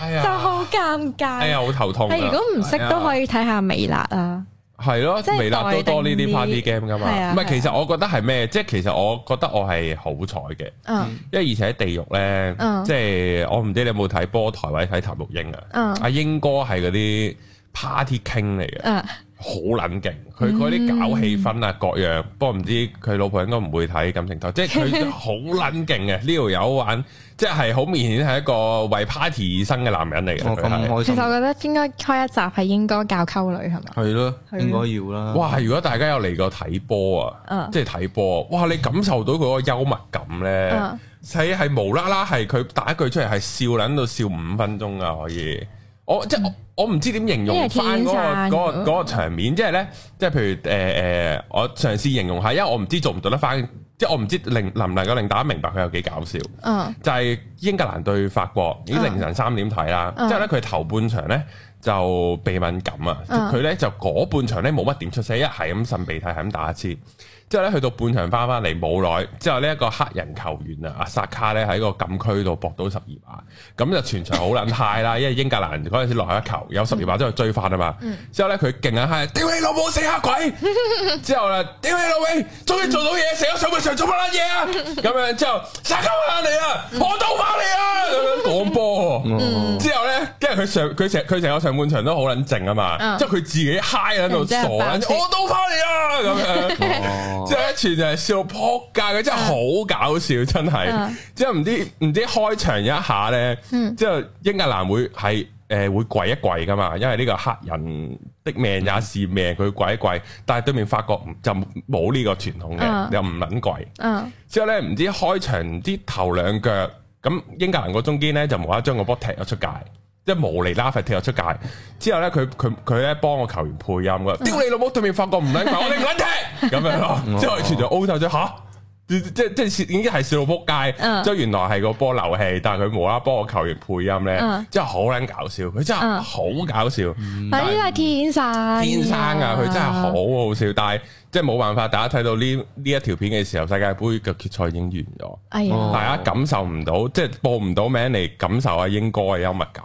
哎呀，
就好尷
啊哎呀，
尬。
好頭痛啊。
係如果唔識都可
以，
以睇下微辣啊，
係咯
即，係
微辣都多呢啲 party
代
game
定
噶
係
嘛。
啊
唔係，
係啊
其實我覺得係咩？即係其實我覺得我係好彩嘅，
嗯
因為以前喺地獄咧，
嗯
即係我唔知你有冇睇波台或者睇譚玉英啊。
嗯
阿英哥係嗰啲 party king 嚟嘅。
嗯，
好撚勁，佢嗰啲搞氣氛啊，各樣。不過唔知佢老婆應該唔會睇感情台，即係佢 *laughs* 好撚勁嘅呢條友玩，即係好明顯係一個為 party 而生嘅男人嚟嘅。
我
佢
哦咁
係
開
其
心
實，我覺得應該開一集係應該教溝女係嘛？
係咯，
係
應該要啦。
啊哇！如果大家有嚟過睇波啊
嗯，
即係睇波，啊哇！你感受到佢嗰個幽默感呢，
嗯
係係無啦啦係佢打一句出嚟係笑撚到笑五分鐘啊！可以，我即係我我唔知點形
嗯因
容
為
翻
天
嗰
生
個嗰個嗰個場面，即係呢，即係譬如誒誒，我嘗試形容下，因為我唔知做唔做得翻，即係我唔知令能唔能夠令大家明白佢有幾搞笑。
嗯
就係英格蘭對法國，已經凌晨三點睇啦。
嗯
之後咧，佢頭半場咧就鼻敏感啊，
嗯
佢咧就嗰半場咧冇乜點出聲，一係咁擤鼻涕，係咁打乞嗤。之後咧去到半場翻翻嚟冇耐，之後呢一個黑人球員啊，阿薩卡咧喺個禁區度搏到十二碼，咁就全場好撚 high 啦，因為英格蘭嗰陣時落後一球，有十二碼之後追翻啊嘛。之後咧佢勁撚 high，屌你老母死黑鬼！之後咧，屌你老味，終於做到嘢，成咗上半場做乜撚嘢啊？
*laughs*
咁樣之後，殺鳩下你啊，我都翻你啊！咁樣講波喎。
嗯
之後咧，因為佢上佢成佢成個上半場都好撚靜啊嘛，
嗯
之後佢自己嗨喺度
嗯即
傻
係
撚，
爆笑
我都翻你啊！咁樣。
哦
之後一全就係笑到撲街，佢真係好搞笑，真係
嗯。
之後唔知唔知開場有一下咧，
嗯
之後英格蘭會係誒會跪一跪噶嘛，因為呢個黑人的命也是命，佢跪一跪，但係對面法國唔就冇呢個傳統
嗯
嘅，又唔撚跪。
嗯
之後咧唔知開場唔知頭兩腳，咁英格蘭個中堅咧就無啦啦將個波踢咗出界。即係無厘啦佛踢咗出界，之後咧佢佢佢咧幫個球員配音
嗯
㗎，屌你老母對面法國唔撚埋，我哋唔撚踢
*laughs*
咁樣
哦
咯，之後全場 O 晒咗吓，即即即係已經係笑到撲街，
嗯
即係原來係個波漏氣，但係佢無啦啦幫個球員配音咧
嗯，
真係好撚搞笑，佢真係
嗯
好搞笑，但
但呢
係
啲係天生
天生啊，佢真係好好笑，但係即係冇辦法，大家睇到呢呢一條片嘅時候，世界盃嘅決賽已經完咗，
哎呀
哦
大家感受唔到，即係報唔到名嚟感受阿英哥嘅幽默感，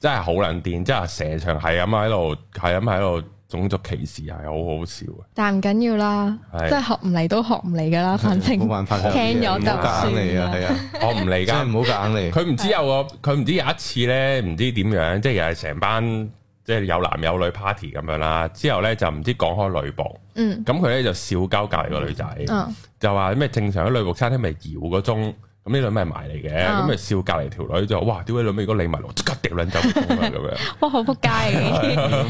真係好撚癲，真係成場係咁喺度，係咁喺度種族歧視，係好好笑啊！
但唔緊要啦，
係
即係學唔嚟都學唔嚟噶啦，反正
冇辦法㗎，
聽咗
唔
就
好夾硬
算
嚟
*laughs*
啊，
啦。
係啊，
我唔理
真係
㗎
唔。好夾硬嚟。
佢唔知有個，佢唔知有一次咧，唔知點樣，即係又係成班即係有男有女 party 咁樣啦。之後咧就唔知講開女仆，
嗯
咁佢咧就笑鳩隔離個女仔，
嗯
就話咩正常喺女仆餐廳咪搖個鐘，咁呢兩咪係埋嚟嘅，
啊
咁咪笑隔離條女就話哇，屌你老味，如果你埋嚟，我即刻掉撚走佢咁
*laughs*
樣。
哇，好仆街
*laughs*
嘅，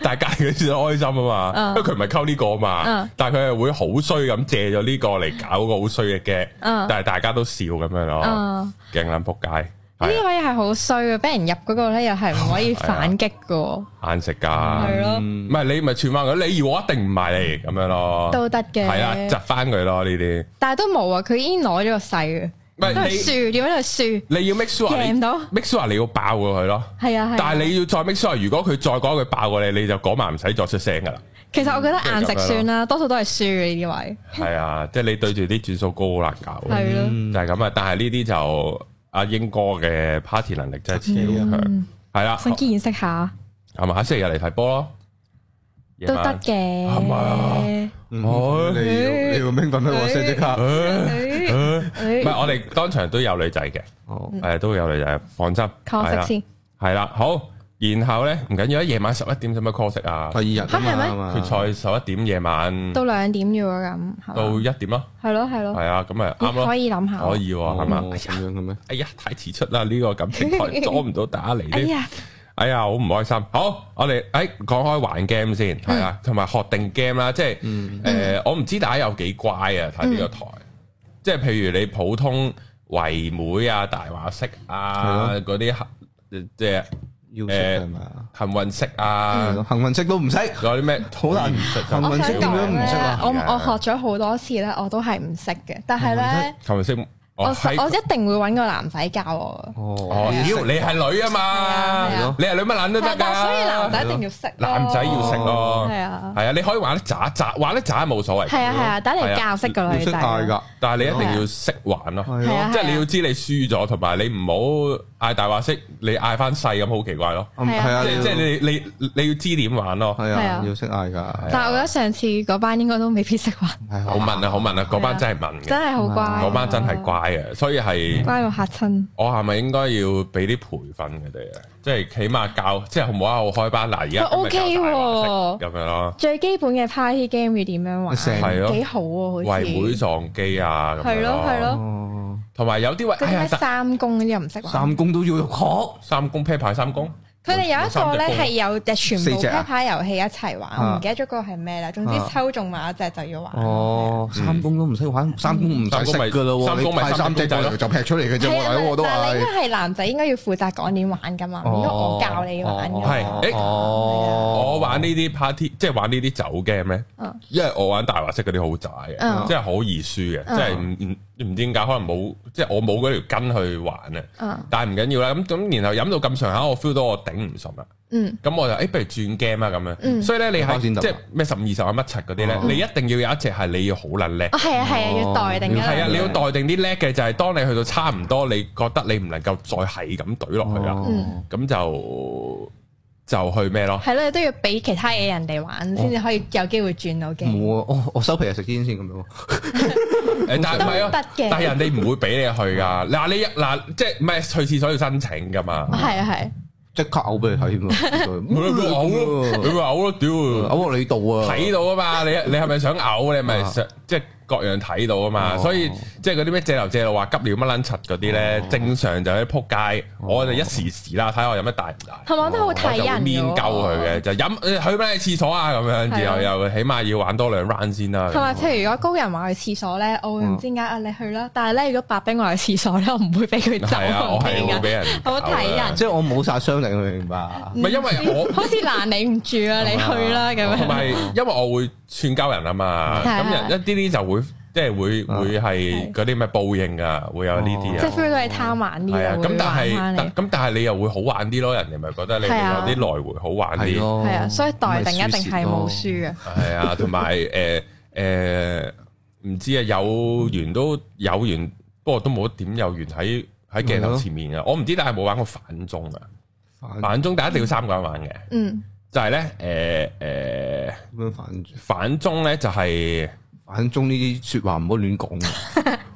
但係隔離佢先開心啊嘛，
嗯
因為佢唔係溝呢個啊嘛
嗯，
但係佢係會好衰咁借咗呢個嚟搞個好衰嘅 g
嗯
但係大家都笑咁樣咯，
啊！呢
勁撚仆街，哦係
位係好衰嘅，俾人入嗰個咧又係唔可以反擊嘅，
啊，硬食㗎。
係咯，
唔係你咪串翻佢，你要我一定唔埋你咁樣咯，
都得嘅。
係啊啦，窒翻佢咯呢啲。
但係都冇啊，佢已經攞咗個勢嘅，
唔係
都係
你
輸，點樣都係輸，
你要 make sure
贏
你
唔到
make sure 你要爆過佢咯，
係啊係啊。
但係你要再 make sure，如果佢再講佢爆過你，你就講埋唔使再出聲噶啦。
其實我覺得硬食算啦，多數都係輸嘅呢啲位，
係
*laughs*
啊，即係你對住啲轉數高好難搞，
係咯。
嗯
就係咁啊。但係呢啲就阿英哥嘅 party 能力真係啊超強
嗯，
係啦，
想見識下
係咪下星期日嚟睇波咯？夜
都
晚
得嘅，
係咪啊哦
嗯你要你要明粉俾我先即刻。
誒
誒
誒唔
誒
係我哋當場都有女仔嘅，
哦，
誒都有女仔，放心。
抗
係啦
嗯食先，
系啦，好，然後咧唔緊要啦，啊夜晚十一點使乜 call 食啊
第？二日啊
嚇係咩
嘛，
決賽十一點夜晚
到兩點要啊咁，
到
係嘛
一點咯，
係咯係咯，
係啊，咁咪啱
可
咯，
以諗下，
可以喎，係嘛
哦？咁樣嘅咩？
哎呀，太遲出啦，呢個感情
*laughs*
台阻唔到打嚟
哎
啲，
呀，
哎呀，好唔開心。好，我哋诶講開玩 game
嗯
先，係啊，同埋學定 game 啦，即係
嗯
诶，我唔知大家有幾乖啊，睇呢個台，
嗯
即係譬如你普通維妹啊、大話式啊
係
嗰啲，即係
要
誒
識係嘛？
幸運式啊
嗯
係，咯幸運識都唔識，
仲有啲咩
好難
唔識啊
幸
我
運
想
識點樣
講
唔識
咧
啊？，
我我學咗好多次咧，我都係唔識嘅，但係咧，
係咪先？
我
哦係
我一定會揾個男仔教我
哦，
哦，
妖你係女啊
係
嘛
啊，
你係女乜撚都
嘅，
得
係但
㗎。
係所以男仔一定要識咯，
男仔要識咯，
係啊
係啊，你可以玩得渣渣，玩得渣冇所謂，
係啊係啊，等
係
你
啊
教識噶啦，
要
你
識
就
嗌㗎，
但係你一定要識玩咯，
係
係
咯
啊。
即係你要知你輸咗，同埋你唔好嗌大話式，你嗌翻細咁好奇怪咯，
嗯
係啊
係啊，
即係即
你
係你你你要知點玩咯，
係
係
啊
啊，
要識嗌㗎。
但係我覺得上次嗰班應該都未必識
*laughs*
玩，
係
好問啊好問啊，嗰班真係問
真
嘅，
係好乖啊。
嗰班真係乖嘅，所以係。
乖到嚇親。
我係咪應該要俾啲培訓佢哋啊？即係起碼教，即係好唔好啊？我開班嗱，而家
喂，OK
今日教大話式
喎
咁樣咯，
最基本嘅 party game 要點樣玩？啊
成
係咯
幾好喎，好似
圍妹撞機啊，咁
係
樣
咯係咯
哦，
同埋有啲位，哎
嗰啲
呀
咩，啊
得
三公嗰啲又唔識玩。
三公都要學。
三公 pair 牌三公，
佢哋有一個
三
咧
隻公
係有隻全
四
部
隻啊
pair 牌遊戲一齊玩，
啊
我唔記得咗嗰個係咩啦。總之
啊
抽中某一隻就要玩。
哦，
嗯
三公都唔識玩，三公唔使識噶咯喎，
三公咪
你派
三公咪
隻過嚟就劈出嚟嘅啫
係啊，
喎，我都
但係你
係哦
應。該係男仔應該要負責講點玩噶嘛，唔應該我教你玩㗎
哦
嘛。
係誒
係啊
哦
我玩呢啲 party，即係玩呢啲酒 game 咧
嗯，
因為我玩大話式嗰啲好渣嘅，
嗯
即係好易輸嘅，
嗯
即係唔唔唔知點解可能冇，即係我冇嗰條筋去玩啊。
嗯
但係唔緊要啦，咁咁然後飲到咁上下，我 feel 到我頂唔順啦。
嗯
咁我就哎誒，不如轉 game 啊啦咁樣。
嗯
所以咧，你
包
喺
先
即
得
係咩十五二十啊乜柒嗰啲咧
哦，
你一定要有一隻係你要好撚叻。
哦係啊係啊，要待定㗎啦。
係啊，
嗯
你要待定啲叻嘅，就係當你去到差唔多，你覺得你唔能夠再係咁懟落去啊
哦
啦，
嗯
咁就就去咩咯？
係咯，你都要俾其他嘢人哋
哦
玩先至可以有機會轉到機。
冇啊，我我收皮係食煙先咁樣。
誒，但係唔係啊
都得嘅
但係人哋唔會俾你去㗎。嗱，你嗱即係唔係去廁所要申請㗎嘛？
係啊係啊。
即刻嘔俾你
*laughs*
睇添
佢
啊
佢嘔咯，佢
喎，
咪嘔咯，屌！
嘔落你度啊！
睇到啊嘛，你你係咪想嘔？你咪
啊
想即係各樣睇到啊嘛，
哦
所以即係嗰啲咩借流借路話急尿乜撚柒嗰啲咧，正常就喺撲街，我就一時時啦，睇下我飲得大唔大。
同埋我都好
哦我
睇
就
人
面鳩
㗎喎
佢嘅，就飲呃去咩廁所啊咁樣，
係
然
啊
後又起碼要玩多兩 round 先啦。
同埋，譬如如果高人話去廁所咧，我
嗯
會唔知點解啊，你去啦。但係咧，如果白冰話去廁所咧，我唔會俾佢走。
係啊，我係會
點
俾
解？
人
好睇人
即係我冇殺傷力，你明白？
唔係因為我
好似難你唔住啊，你去啦咁
同
樣。 *laughs*
埋因為我會串交人啊嘛，
係啊
咁人一啲啲就會即係會
啊
會係嗰啲咩報應啊，會有呢啲
哦
即
啊
係。feel 到你貪玩
系啊，
啲，
咁但
係
係但咁但係你又會好玩啲咯，人哋咪覺得你
係啊
你有啲來回好玩
係
啲，
咯，
係啊，所以待定一定係
咁咪
冇
輸
輸嘅。
係啊，同
*laughs*
埋诶诶，唔知啊，有緣都有緣，不過都冇點有緣喺喺鏡頭前面啊。我唔知，但係冇玩過反鐘啊，
蝕咯，反
反鐘但一定要三個人玩嘅，
嗯，
就係咧诶诶
咁樣反
反鐘咧就係
*laughs*
反中呢啲説話唔好亂講。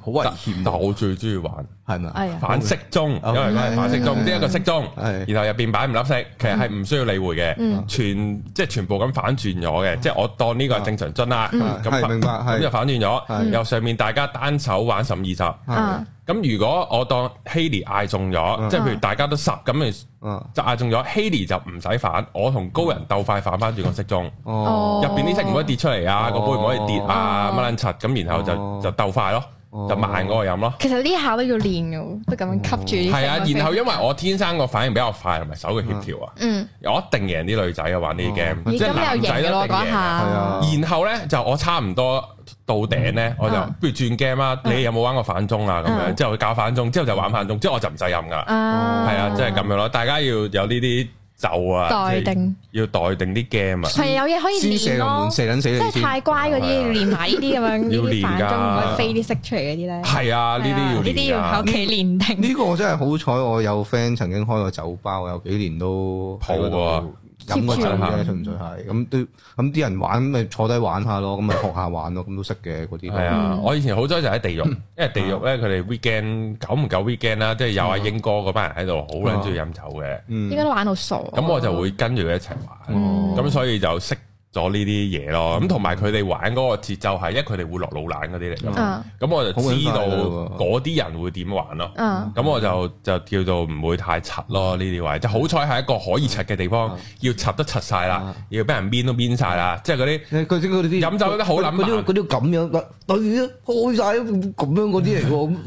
好危險啊
但但我最中意玩
係咪啊？
哎呀，
反色鐘，
哦
因為佢係反色鐘，呢一個色鐘，
嗯係
然後入邊擺唔粒色，其實係唔需要理會嘅
嗯，
全即係全部咁反轉咗嘅，即係我當呢個係正常樽啦，
嗯
咁
係
反
明白係
咁就反轉咗，
係
由上面大家單手玩十五二十，咁
係
啊，
如果我當希 y 嗌中咗，
嗯
即係譬如大家都十咁咪
啊，
就嗌中咗，希 y 就唔使反，我同高人鬥快反翻轉個色鐘。
哦，
入邊啲色唔可以跌出嚟啊，
哦
個杯唔可以跌啊，乜撚柒咁，然後就
哦
就鬥快咯，
哦
就慢嗰個飲咯。
其實呢下都要練嘅，都咁樣吸住啲色
係啊，
嗰
然後
飛
因為我天生個反應比較快，同埋手嘅協調啊，
嗯，
我一定贏啲女仔啊玩呢啲 game，
哦
即
咦
係
咁
男
又
仔
贏
都
嘅
一
咯
定
嗰
贏。
係
下
啊，
然後咧就我差唔多到頂咧，我就
嗯
不如轉 game 啦。你有冇玩過反鐘啊？咁樣
嗯
之後佢教反鐘，之後就玩反鐘，之後我就唔使飲噶啦。
啊，
係啊，即係咁樣咯。大家要有呢啲就啊，
待定，
要待定啲 game 啊。
係有嘢可以
先射
練
龍
咯
門，射撚死你先
即係太乖嗰
係
啲
啊
練埋呢啲咁樣呢
要練㗎
啲反鐘唔可以飛啲色出嚟嗰啲
係啊，
咧，
呢
係啊呢
啲
啲
要練
要喺
噶
屋。企練定。
呢個我真係好彩，我有 friend 曾經開過酒吧，我有幾年都喺嗰度飲過酒
貼
嘅，
住
純粹係咁都咁啲人玩咪坐低玩下咯，咁咪學下玩咯，咁都識嘅嗰啲。
系
嗯
啊，我以前好多就喺地獄，因為地獄咧佢哋 weekend 久唔久 weekend 啦，即係有阿英哥嗰班人喺度，好撚中意飲酒嘅，
嗯，
應
嗯
該都玩到傻。咁
咁我就會跟住佢一齊玩，
哦
嗯
咁所以就識咗呢啲嘢咯。咁同埋佢哋玩嗰個節奏係，因為佢哋會落老懶嗰啲嚟噶嘛，
嗯
咁我就知道
好撚快㗎喎
嗰啲人會點玩咯。
嗯
咁我就就叫做唔會太柒咯呢啲位，就好彩係一個可以柒嘅地方，要柒都柒晒啦
嗯，
要俾人搣都搣晒啦，即係嗰啲。
佢佢哋啲
飲酒嗰啲好撚
嗰啲
慢
嗰啲咁樣，對啊，開晒咁樣嗰啲嚟 *laughs* 喎，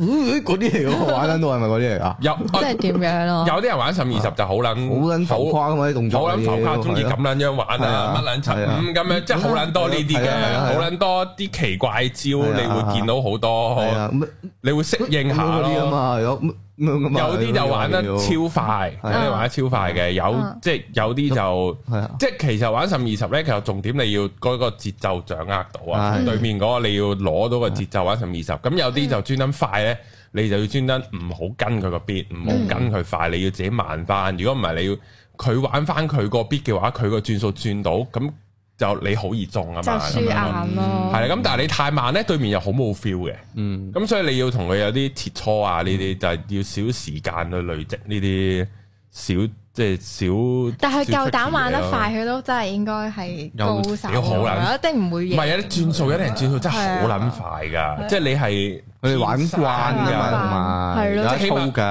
嗰啲嚟喎，玩緊到係咪嗰啲嚟啊？
有
即係點樣咯？
有啲人玩十五二十就好撚
好撚浮誇咁嘛啲動作
好
嗰
撚
啲，
浮誇，中意咁撚樣玩
係
啊，
啊
乜撚柒
係啊
五咁樣，即係好撚多呢啲嘅，
係啊係啊係啊
好撚多啲奇怪招，你
係啊
會見到好
係
多，
啊，咁
你會適應下
嗰啲啊
咯。
嘛，係咯，咁咁咁啊
有啲就玩得超快，有
係啊
啲玩得超快嘅，有
啊
即係有啲就
係啊
即係其實玩十五二十咧，其實重點你要嗰個節奏掌握到啊，
係
對面嗰個你要攞到個節奏玩十五二十，咁有啲就專登快咧。你就要專登唔好跟佢個 beat，唔好跟佢快，你要自己慢翻。如果唔係，你要佢玩翻佢個 beat 嘅話，佢個轉數轉到，咁就你好易中啊
就
嘛。咁
輸
樣
硬咯。
嗯係啦，啊咁但係你太慢咧，對面又好冇 feel 嘅。
嗯
咁所以你要同佢有啲切磋啊，呢啲就係要少時間去累積呢啲小即係少。
但係夠膽玩得快，
小
佢都真係應該係高手
有屌好撚
一定唔會
出奇嘅咯，唔係啊
贏。
有啲轉數，有啲人轉數真係
啊
好撚快㗎，即係你係
佢哋玩慣
天生㗎
噶嘛，同埋
係
有
咯
即係
得操噶，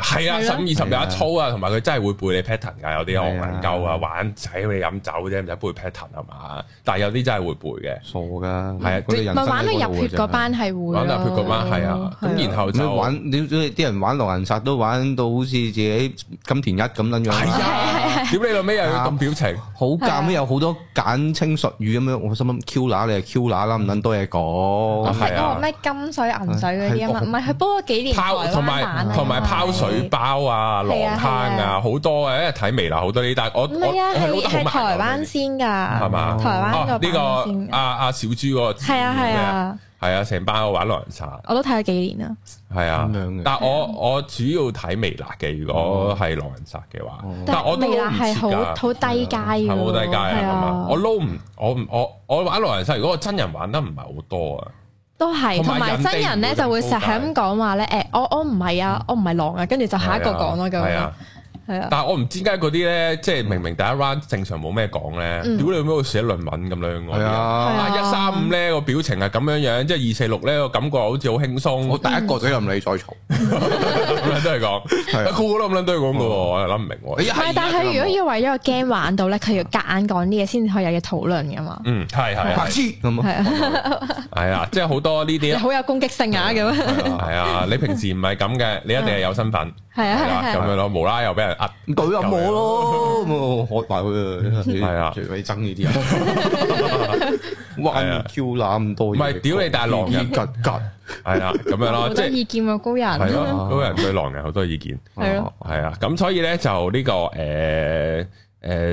係啊，
係
十
咯
五二十有一操啊，同埋佢真係會背你 pattern 㗎，有啲戇撚鳩
係
啊，
啊
玩仔你飲酒啫，唔使背 pattern 係嘛？但係有啲真係會背嘅，
傻噶，
係啊即係
唔係玩到入血嗰。班係會咯，
玩到佢嗰班係啊，咁然後
你
就
玩你啲人玩狼人殺都玩到好似自己金田一咁撚樣，
係啊，
*laughs*
屌你老尾又要咁表情，
好尷，有好多簡稱術語咁樣。我心諗 Q 乸你係 Q 乸啦，唔撚多嘢
我
講
食。嗰個咩金水銀水嗰啲啊嘛，唔係佢煲咗幾年台
啊拋
灣
同
版
埋
啊
同埋
因為
拋水包啊、狼
係啊
坑
係
啊，
啊
好多嘅，因為睇微辣好多呢啲，但係我
唔
我
係啊，
我
係
撈得好
係
埋
台
啊
灣先㗎，
係嘛？
台灣
哦
個
呢
版
個
先。啊
阿阿小豬嗰個
係啊係啊，
係啊，成班我玩狼人殺
我都睇咗幾年啦。
係啊
咁樣哦嘅，
但我我主要睇微辣嘅，如果係狼人殺嘅話，
哦
但我都
微
撈
辣
唔
係
切
好
㗎。
好低階㗎
係
喎，
好低階啊，
係
係嘛
啊？
我撈唔，我唔我我玩狼人殺，如果我真人玩得唔係好多啊，
都係，
同
同
埋
埋真人咧就會成日係咁講話咧，誒，我我唔係啊，我唔係狼啊，跟住就下一個講咯咁
嗯係
樣
啊，，
係啊，
但係我唔知點解嗰啲咧，即係明明第一 round 正常冇咩講咧，屌
嗯
你咩會寫論文咁樣嗰
係
啲啊！
啊，
啊一三五咧個表情係咁樣樣，即係二四六咧個感覺好似好輕
我 *laughs*
鬆，
第一個嘴又唔理再嘈。
咁樣都係講，
係
個
啊
個都咁樣都係講嘅喎，我又諗唔明
哎
喎。
呀
唔係，但係佢如果要為咗個 game 玩到咧，佢要夾硬講啲嘢先可以有嘢討論噶嘛，
嗯，係係
白
係
痴咁啊，
係啊，
係啊，即係好多呢
你
啲啊，
*laughs* 好有攻擊性啊咁樣，
係啊，你平時唔係咁嘅，你一定係有身份，
係啊
係
係
啦
啊
咁
係啊，
樣咯，無啦啦又俾人呃。
*laughs*
懟下我咯，咁我喝埋佢啊！
係啊
最鬼憎呢
*laughs*
啲人，
係
玩
啊
Q 乸咁多嘢，
唔係屌你大狼人
吉吉，
係啦，咁樣咯，
好
即
多
係
意見啊高
係
人，
咯，高人對狼人好多意見，
係咯
係啊，咁所以咧就呢個誒誒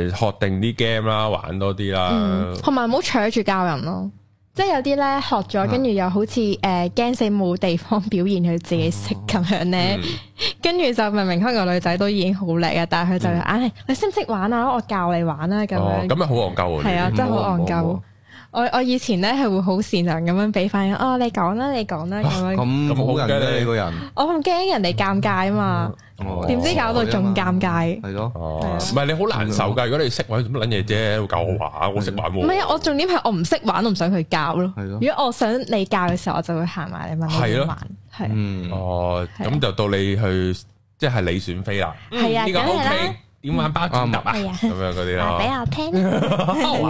學定啲 game 啦，玩多啲啦
嗯，，同埋唔好扯住教人咯。即係有啲咧學咗，跟住又好似誒驚死冇地方表現佢自己識咁樣咧，
嗯
跟住就明明可能個女仔都已經好叻啊，但係佢就硬係你識唔識玩啊？我教你玩啦咁
哦，
樣。
咁咪好戇鳩喎，
係啊，真係好戇鳩。我我以前咧係會好善良咁樣俾反應，哦，你講啦，你講啦咁樣，
咁
咁好
好人
嘅
嘅
你
你個人，
我唔驚人哋尷尬啊嘛，
哦
點知搞到仲尷尬。
係咯，
哦，唔系你好难受噶。如果你识玩咁撚嘢啫，會教我玩，我識玩
唔係
喎。
啊，我重點係我唔識玩，我唔想佢教咯。
係咯
如果我想你教嘅時候，我就會行埋你問你
係咯
點玩，係啊
嗯，
哦，
係啊
咁就到你去，即係你選飛啦。嗯
係啊
呢個
梗係啦
OK，點玩包剪揼啊？
係啊
咁樣嗰啲
話俾
啦。
我聽，人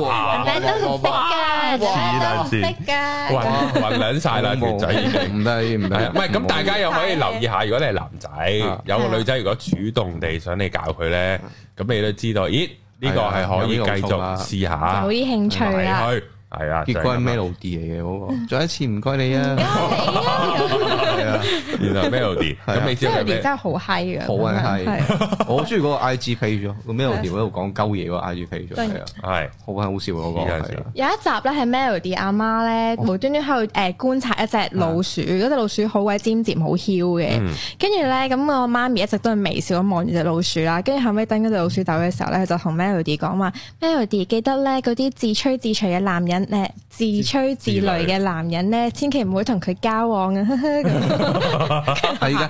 哇
哋都唔識㗎，人哋都唔識
混
㗎。
混撚晒啦，條仔已經。
唔得唔
係啊
得，
唔係咁，大家又可以留意下，如果你係男仔
啊，
有個女仔如果主動地想你教佢咧，咁你都知道，咦？呢個係可以
係啊有呢
繼
個
續試下
有，啲興趣啦，
埋去，係啊。
結
就
果
係
係
咁啦
melody 嚟嘅嗰個，再一次唔該
*laughs*
你啊，係啊，
然後 melody，
*laughs* 係啊
咁你知
即
道
係
係
你真
咩？
係好嗨嘅，
好啊係
係
我好中意嗰個 IG page 咯，個 melody 喺度講鳩嘢嗰個 IG page 係啊，
係
好啊好笑嗰個
黐撚線
係啊，
有一集咧係 Melody 阿媽
哦
咧無端端喺度誒觀察一隻老鼠，
啊
嗰隻老鼠好鬼尖尖好囂嘅，
嗯
嗯
跟住咧咁我媽咪一直都係微笑咁望住隻老鼠啦，跟住後尾等嗰隻老鼠走嘅時候咧，佢就同 Melody 講話，Melody 記得咧嗰啲自吹自擂嘅男人誒自吹自擂嘅男人咧，千祈唔好同佢交往啊，
係㗎，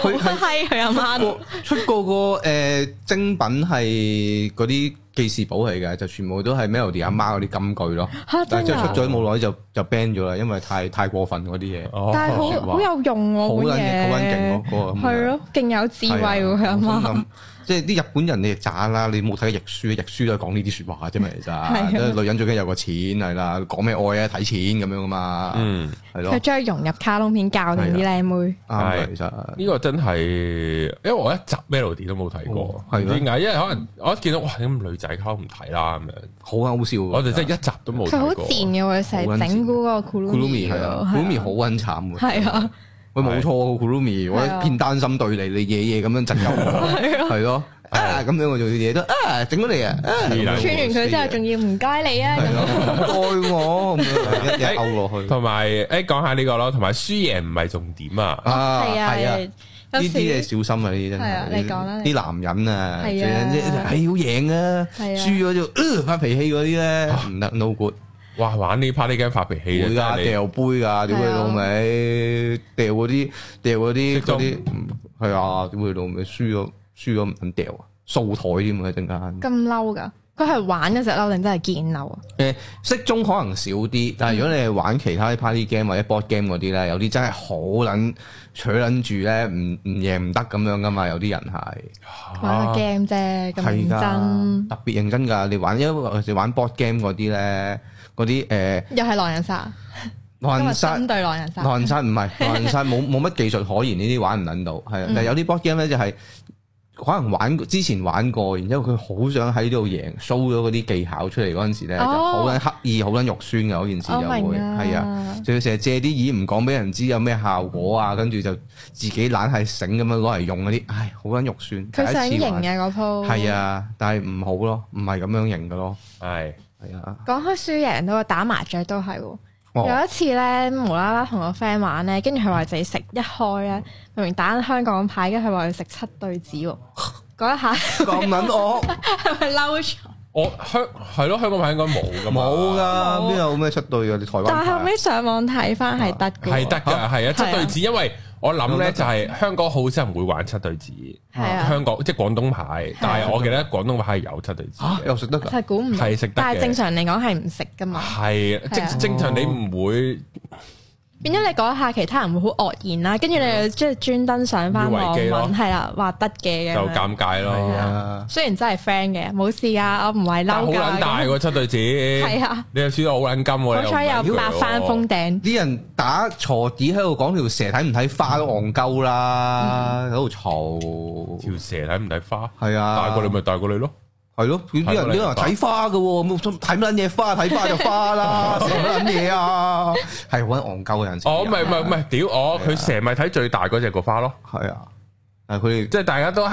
佢係。
係佢阿媽都
個出過個誒精品係嗰啲記事簿嚟嘅，就全部都係 Melody 阿媽嗰啲金句咯。
嚇
但係
啊真
即係
㗎
出，咗冇耐就就 ban 咗啦，因為太太過分嗰啲嘢，
哦
但係
學
好
話
好有用
好
喎
撚
本
勁，好撚勁
嘢，
嗰個。
係，咯，勁有
啊
智慧喎佢阿媽。。
即係啲日本人你亦渣啦，你冇睇過譯書，譯書都係講呢啲説話啫嘛，其
*laughs* 係啊
實。即係女人最緊要有個錢係啦，講咩愛啊，睇錢咁樣噶嘛，
嗯，
係
佢
咯，啊
將佢融入卡通片教定啲靚妹，
啱嘅
係
其實。
呢個真係，因為我一集 melody 都冇睇過
哦，係
唔
咩
知點解？因為可能我一見到哇，咁女仔溝唔睇啦咁樣，
好啊，好笑喎！
我哋真係一集都冇
佢好
睇
賤
過。
嘅喎，成日整蠱嗰個
Kurumi
Kurumi
係啊，Kurumi 好撚慘喎。
係啊，
喂，冇錯喎，Kurumi，我一片擔心對你，你夜夜咁樣窒鳩
*laughs*
我，係咯，啊咁樣我做嘢都啊整咗你啊，啊
黐撚
串完佢之後仲要唔該你啊
係咯，
咁，
*laughs* 愛我咁樣一嘢勾落去，
同埋誒講下呢個咯，同埋輸贏唔 *laughs* 係重點啊，
啊
係
係
啊，
啊，呢
有
啲你
時
小心啊，呢啲真
係啊
係，
你講啦你
啲男人啊，
係
最
啊
緊要唉要贏啊，
係啊
輸咗就呃發脾氣嗰啲咧，唔得，no good，
哇！玩呢 party game 發脾氣嘅
會啊
真
噶
係你，
掉杯噶，屌你
啊
老味，掉嗰啲掉嗰啲
識
嗰
中
啲，嗯係啊，屌你老味，輸咗輸咗唔肯掉啊，掃台添啊一陣間。
咁嬲噶，佢係玩嗰只嬲定真係見嬲啊？
誒適中可能少啲，但
嗯
係如果你係玩其他啲 party game 或者 board game 嗰啲咧，有啲真係好撚取撚住咧，唔唔贏唔得咁樣噶嘛，有啲人係
玩個
啊
game 啫，咁認
㗎
真，
特別認真㗎。你玩因為尤其是玩 board game 嗰啲咧，嗰啲呃誒
又係狼人殺，
狼
今日
人殺
針對狼人殺，
狼人殺唔
*laughs*
係狼人殺冇冇乜技術可言，呢啲玩唔撚到係
嗯
啊。但係有啲 board game 咧就係、可能玩之前玩過，然之後佢好想喺呢度贏，show 咗嗰啲技巧出嚟嗰陣時咧，就好撚刻意、好撚肉酸㗎嗰件事就
我
會
哦明啊，
係啊。就要成日借啲意唔講俾人知有咩效果啊，跟住就自己懶係醒咁樣攞嚟用嗰啲，唉，好撚肉酸。
佢想
第一次
贏
玩，
嘅嗰鋪，
係。啊，但係唔好咯，唔係咁樣贏嘅咯，
係
係啊，
講開輸贏都話打麻雀都係喎。
哦，
有一次咧，無啦啦同個 friend 玩咧，跟住佢話自己食一開咧，明明打香港牌，跟住佢話要食七對
*laughs*
子喎。嗰一下
咁撚惡，
係咪嬲咗？
我香係咯，香港牌應該冇噶嘛，
冇噶，
冇
邊有咩出對嘅？你台灣
但係後
牌啊
尾上網睇翻係得嘅，
係得㗎，係啊，七對子，因為我諗咧就係香港好少人會玩七對子，
係啊，
香港即係廣東牌，但係我記得廣東牌係有七對子
啊
嘅
嚇，又食得㗎，
係估唔到
係食得嘅
但係正常嚟講係唔食噶嘛，
係
係啊
正正常你唔會
變咗你嗰下其他人會好愕然啦，跟住你即係專登上翻網
嗯以為記咯
揾係啦，話得
就
嘅咁樣。
尷尬
係
咯。
啊，
雖然真係 friend 嘅，冇事㗎，我唔
但係
係嬲
好
㗎。
撚大喎七對子，
係啊，
你又輸到好撚金喎，
好彩
你又
有
唔係佢喎
百番封頂，
啲人打鋤子喺度講條蛇睇唔睇花都戇鳩
嗯
啦，喺度嘈，
條蛇睇唔睇花？
係啊，
大過你咪大過你咯，
係咯，啲人啲人睇花嘅喎，冇睇乜撚嘢花，睇花就
*laughs*
花啦，食乜撚嘢啊？係揾戇鳩嘅人先。
哦，唔係唔係唔係，屌我
係啊
佢蛇咪睇最大嗰只個花咯，
係啊，係佢
即係大家都係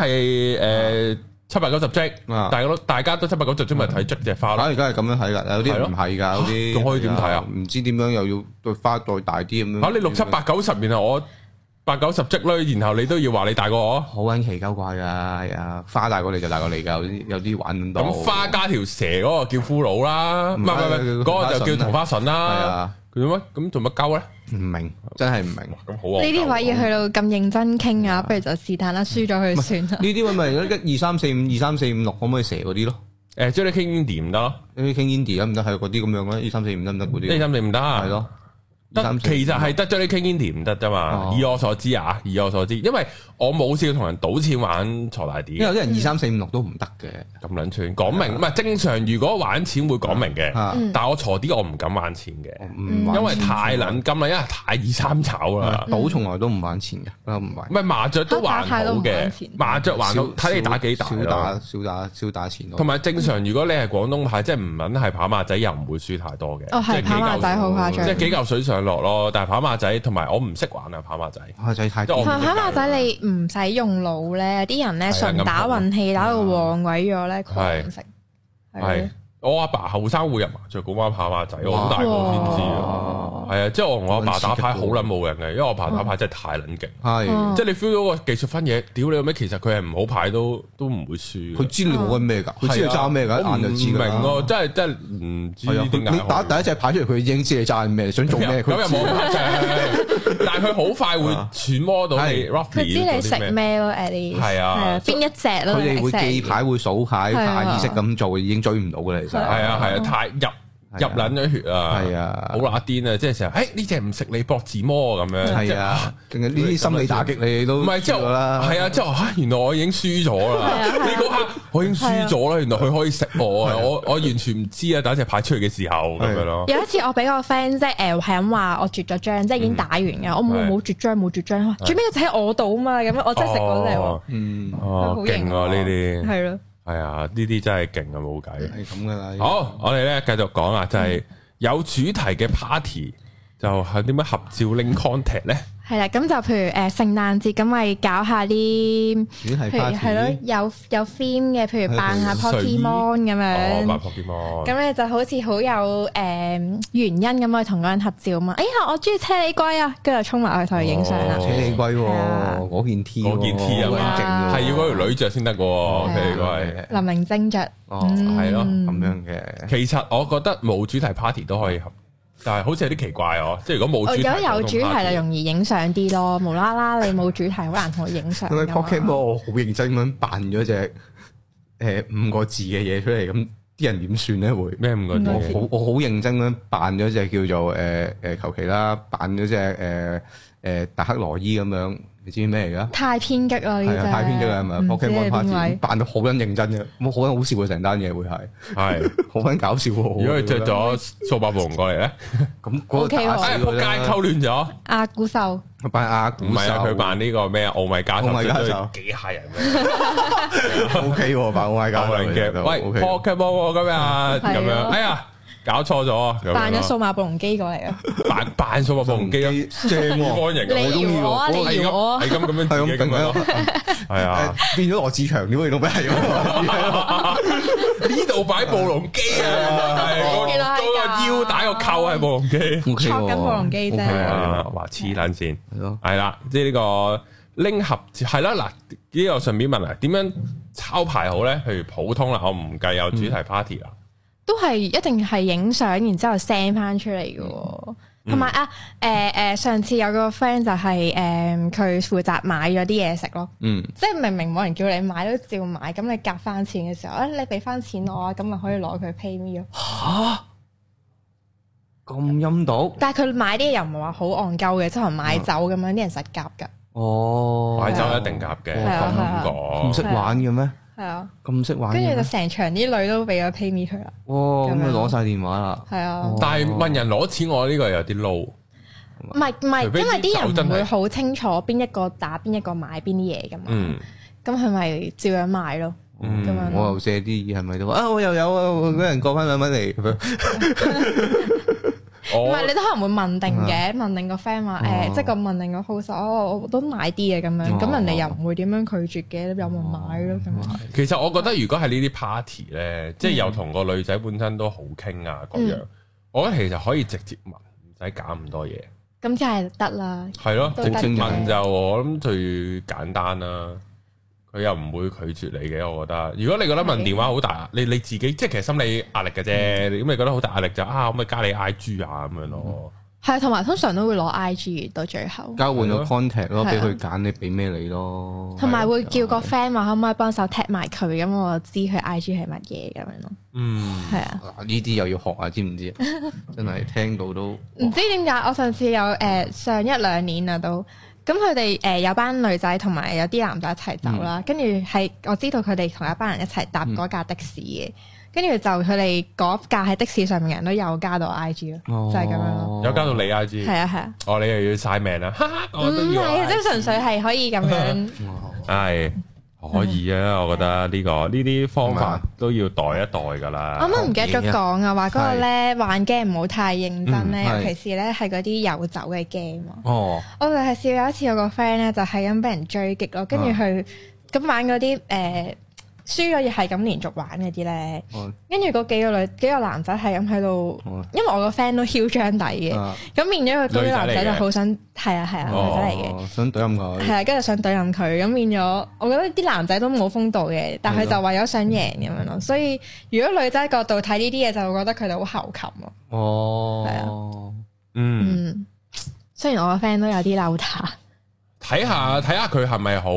誒七百九十隻，
啊
大家都大家都七百九十隻咪睇捽只花
哋打
咯，
而家係咁樣睇㗎，有啲人唔係㗎，有啲
仲可以點睇啊
唔知點樣又要對花再大啲咁樣。
嚇你六七百九十，然後我八九十积咧，然後你都要話你大過我，
好撚奇鳩怪㗎，係啊，花大過你就大過你㗎，有啲有啲玩到。
咁花加條蛇嗰個叫骷髏啦，唔
唔
係
係
唔係唔係，嗰個就叫
叫
同
同
花
花
順
係
啦。
啊，
佢做乜？咁做乜鳩咧？
唔明，真係唔明。呢
咁好啊！
呢啲位要
去
去到咁認真傾啊，不如就是但啦，輸咗佢算啦。
啲咪咪一二三四五、二三四五六可唔可以射嗰啲咯？
诶，將你傾掂得咯，
呢啲傾 Indy 得唔得？係嗰啲咁樣咧，二三四五得唔得嗰
呢
啲？
三你唔得，
係咯，二
得
三四五
其實係得咗你傾堅甜唔得啫嘛。
哦
以我所知啊，以我所知，因為我冇試過同人賭錢玩鋤大
因
啲
為有啲人二三四五六都唔得嘅，
咁撚串，講明唔係正常。如果玩錢會講明嘅，
啊，
嗯
但我鋤啲我唔敢玩錢嘅，
我
嗯
唔玩
因為太撚金啦，因為太二三炒啦
啊。賭從來都唔玩錢嘅，我唔玩
唔。係麻雀都還好
打牌都唔
嘅
玩錢，
麻雀還好
少
睇你打幾大
少
咯
打。少打少打錢咯。
同埋正常，如果你係廣東牌，即係唔撚係跑馬仔，又唔會輸太多嘅。
哦，
即係
係
幾
跑馬
嚿
仔好誇
即係
張。
幾嚿水上落咯。但係跑馬仔同埋我唔識玩啊，跑馬仔。
啊仔太
即係我
跑跑馬仔你唔使用腦咧，啲人咧
係啊
純打
咁好
運氣打到旺鬼咗咧，狂食
係
係
我阿爸後生會入麻雀館玩跑馬仔，我好大個先知啊。
哦
係啊，即係我同我阿爸打牌好撚冇人嘅，因為我阿爸打牌真係太撚勁。
係
哦
即係你 feel 到個技術分野，屌你有咩？其實佢係唔好牌都都唔會輸嘅。啊
佢知你冇緊咩㗎，佢知你揸咩㗎，
我
一眼就
唔
知㗎
明
啦。
咯，真係真係唔知
係啊，
點解
佢你
可
打
以
第一隻牌出嚟，佢已經知你揸緊咩，想做咩，
咁
佢
又
知啊
冇咁正，但係佢好快會揣摩到你
係
roughly
佢知你
嗰啲
食
咩。
咩咯，at least
係啊
邊一隻咯，
佢哋會
exactly
記牌會數牌，
係啊
下意識咁做，已經追唔到㗎啦。其實
係啊係啊，太入入撚咗血啊！
嗯係啊
好乸癲啊！即係成日，誒呢只唔食你搏自摸咁樣。
係啊，呢啲心理打擊你都
唔係之後
知道啦。
係啊，之後啊，原來我已經輸咗啦！你嗰刻我已經輸咗啦，原來佢可以食我啊！我我完全唔知啊！打隻牌出嚟嘅時候咁樣咯，
有一次我俾個 friend 即係誒係咁話我絕咗張，即係已經打完嘅，我
係
冇冇絕張冇絕張，最尾就喺我度嘛，咁樣我真係食嗰隻喎，
哦
嗯，
哦，
好
勁
型
啊
喎
呢啲，
係咯，
係啊，呢啲真係勁啊，冇計。
係咁㗎啦。
好，我哋咧繼續講啊啦，就係、
嗯
有主題嘅 party 就係點樣合照拎 contact 咧？
係啦，咁就譬如誒聖誕節咁咪搞下啲，
主題
譬如
party
係咯有有 theme 嘅，譬如扮下
係睡衣
Pokemon 咁
哦，
樣
八。Pokemon，
嗯咁咧就好似好有誒、原因咁去同嗰個人合照嘛。哎呀，我中意車厘龜啊，跟住就衝埋去同佢影相啦
哦。
扯你龜
係啊
喎，嗰件 T
嗰件 T 啊
喎
嘛
好勁喎
係要嗰條女着先得嘅喎，
啊
譬如係。
林明精着，
哦
嗯
係咯
咁樣嘅。
其實我覺得冇主題 party 都可以合，但係好似有啲奇怪哦。即係如果冇
哦
主題，
如果有主題就
用。
容易影相啲咯，無啦啦你冇主題好難同佢影相
佢
㗎
咪
嘛
Pokemon 我好認真咁樣扮咗隻誒五個字嘅嘢出嚟，咁啲人點算咧會？
咩五個
唔
字
我
該
嘅？
好我好認真咁樣扮咗隻叫做誒誒求其啦，扮咗隻誒誒達克羅伊咁樣，你知唔知咩嚟㗎？
太偏激啦呢
係
啲
啊，
真
太偏激啦，係咪
唔知係
？Pokemon
邊
party
位？
扮到好撚認真嘅，咁好撚好笑嘅成單嘢會
*laughs*
係，
係，
好撚搞笑喎。如
如果佢着咗數碼暴龍過嚟咧，
咁嗰個
OK 喎
打
哎
死
仆
佢
街
啦，
溝亂咗，
阿古獸
佢扮阿古
唔係啊！佢扮呢個咩奧米加
奧米加
手
手，
幾嚇人嘅。
O K 喎，扮 O
搞
I 加
嚟嘅，喂
O
，Pokemon 今日咁樣，
啊
哎呀，搞錯咗啊，咁樣
扮咗數碼暴龍機過嚟啊！
扮扮數碼暴龍機啊， *laughs*
正
安型
喎，
你
咁，
搖我啊，
我
你
中
係
搖我
咁
啊
係！咁咁樣
係
自己
咁
咁
定
樣咯，。
咯
係啊，
誒變咗羅志祥點解都咩係咁？
呢度擺暴龍機啊，係嗰
記得係㗎
嗰個腰帶個扣係暴龍機，
O
戳緊暴龍機啫
係
哦
啊，哇黐撚線，
係咯，
係啦，即係呢個拎合照係啦，嗱呢個順便問啊，點樣抄牌好咧？譬如普通啦，我唔計有主題 party 啦，
都係一定係影相，然之後 send 翻出嚟嘅喎。同埋啊，誒、誒，上次有個 friend 就係誒佢負責買咗啲嘢食咯，
嗯，
即係明明冇人叫你買都照買，咁你夾翻錢嘅時候，啊你俾翻錢我啊，咁咪可以攞佢 pay me 咯。
咁陰毒
但係佢買啲嘢又唔係話好戇鳩嘅，即係可能買酒咁樣，啲人實夾㗎，
哦，
買酒一定夾嘅，
係
啊係
咁
啊
講
唔識玩嘅咩？
係啊。
咁識玩嘅
跟住就
咩，
成場啲女都俾咗 pay me 佢啦，
哇！咁咪攞晒電話啦，
係啊。
哦
但係問人攞錢，我呢個有啲 low。
唔係唔係，
除
因
非
為啲
啲酒真
人
係
唔會好清楚邊一個打邊一個買邊啲嘢㗎嘛，
嗯，
咁佢咪照樣買咯。
嗯
咁啊樣
我又借啲嘢係咪都話啊？我又有啊，我嗰人過翻兩蚊嚟咁樣，
我
唔啊係，你都可能會問定嘅，問定個 friend 話
啊哦
誒，即係個問定個 host，哦，我都買啲嘅咁樣，
哦
咁人哋又唔會點樣拒絕嘅，有冇買咯咁樣。
其實我覺得如果係呢啲 party 咧，即係
嗯
又同個女仔本身都好傾啊，各樣，我覺得其實可以直接問，唔使搞咁多嘢。
咁梗係得啦。
系咯，
都
直
得
接
嘅
問就我諗最簡單啦。佢又唔會拒絕你嘅，我覺得。如果你覺得問電話好大，你你自己即係其實心理壓力嘅啫。
嗯
咁你覺得好大壓力就啊，可唔可以加你 I G 啊咁樣咯？
係啊，同埋通常都會攞 I G 到最後，
交換個 contact 咯，
係啊
俾佢揀你俾咩你咯。啊
同埋會叫個 friend 話可唔可以幫手 tag 埋佢，咁我知佢 I G 係乜嘢咁樣咯。
嗯，
係啊，
嗱呢啲又要學啊，知唔知？真係聽到
*laughs*
都
唔知點解我上次有誒、呃上一兩年啊都。咁佢哋誒有班女仔同埋有啲男仔一齊走
嗯
啦，跟住係我知道佢哋同一班人一齊搭嗰架的士嘅，跟住就佢哋嗰架喺的士上面嘅人都有加到 I G
哦
咯，就係咁樣咯。
嗯有加到你 I G，
係啊係啊，
哦，你又要晒命啦，哈哈 *laughs* 我
唔
都要
係啊，
啊。
即係純粹係可以咁
*laughs*
樣。
嗯
係可以啊，
嗯
我覺得呢個呢啲方
係
法
嘛
都要袋一袋㗎啦。
啊我啱啱唔記得咗講啊，話嗰個
係
咧玩 game 唔好太認真咧，
嗯係
尤其是咧係嗰啲有酒嘅 game 啊。
哦，
我哋係試有一次有個 friend 咧就係咁俾人追擊咯，跟住佢咁玩嗰啲誒輸咗又係咁連續玩嗰啲咧，
哦
跟住嗰幾個女幾個男仔係咁喺度
哦，
因為我個 friend 都囂張底嘅，
啊
咁變咗佢嗰啲男仔
女仔
就
嚟嘅
好想係啊係啊
哦
女仔嚟嘅。
哦想懟冧
係
佢，
啊，跟住想對冧佢，咁變咗，我覺得啲男仔都冇風度嘅，但係
係
佢
咯
就為咗想贏咁樣咯。所以如果女仔角度睇呢啲嘢，就會覺得佢哋好猴擒咯。係啊
哦，
嗯。
嗯，雖然我個 friend 都有啲嬲他，
睇下睇下佢係咪好，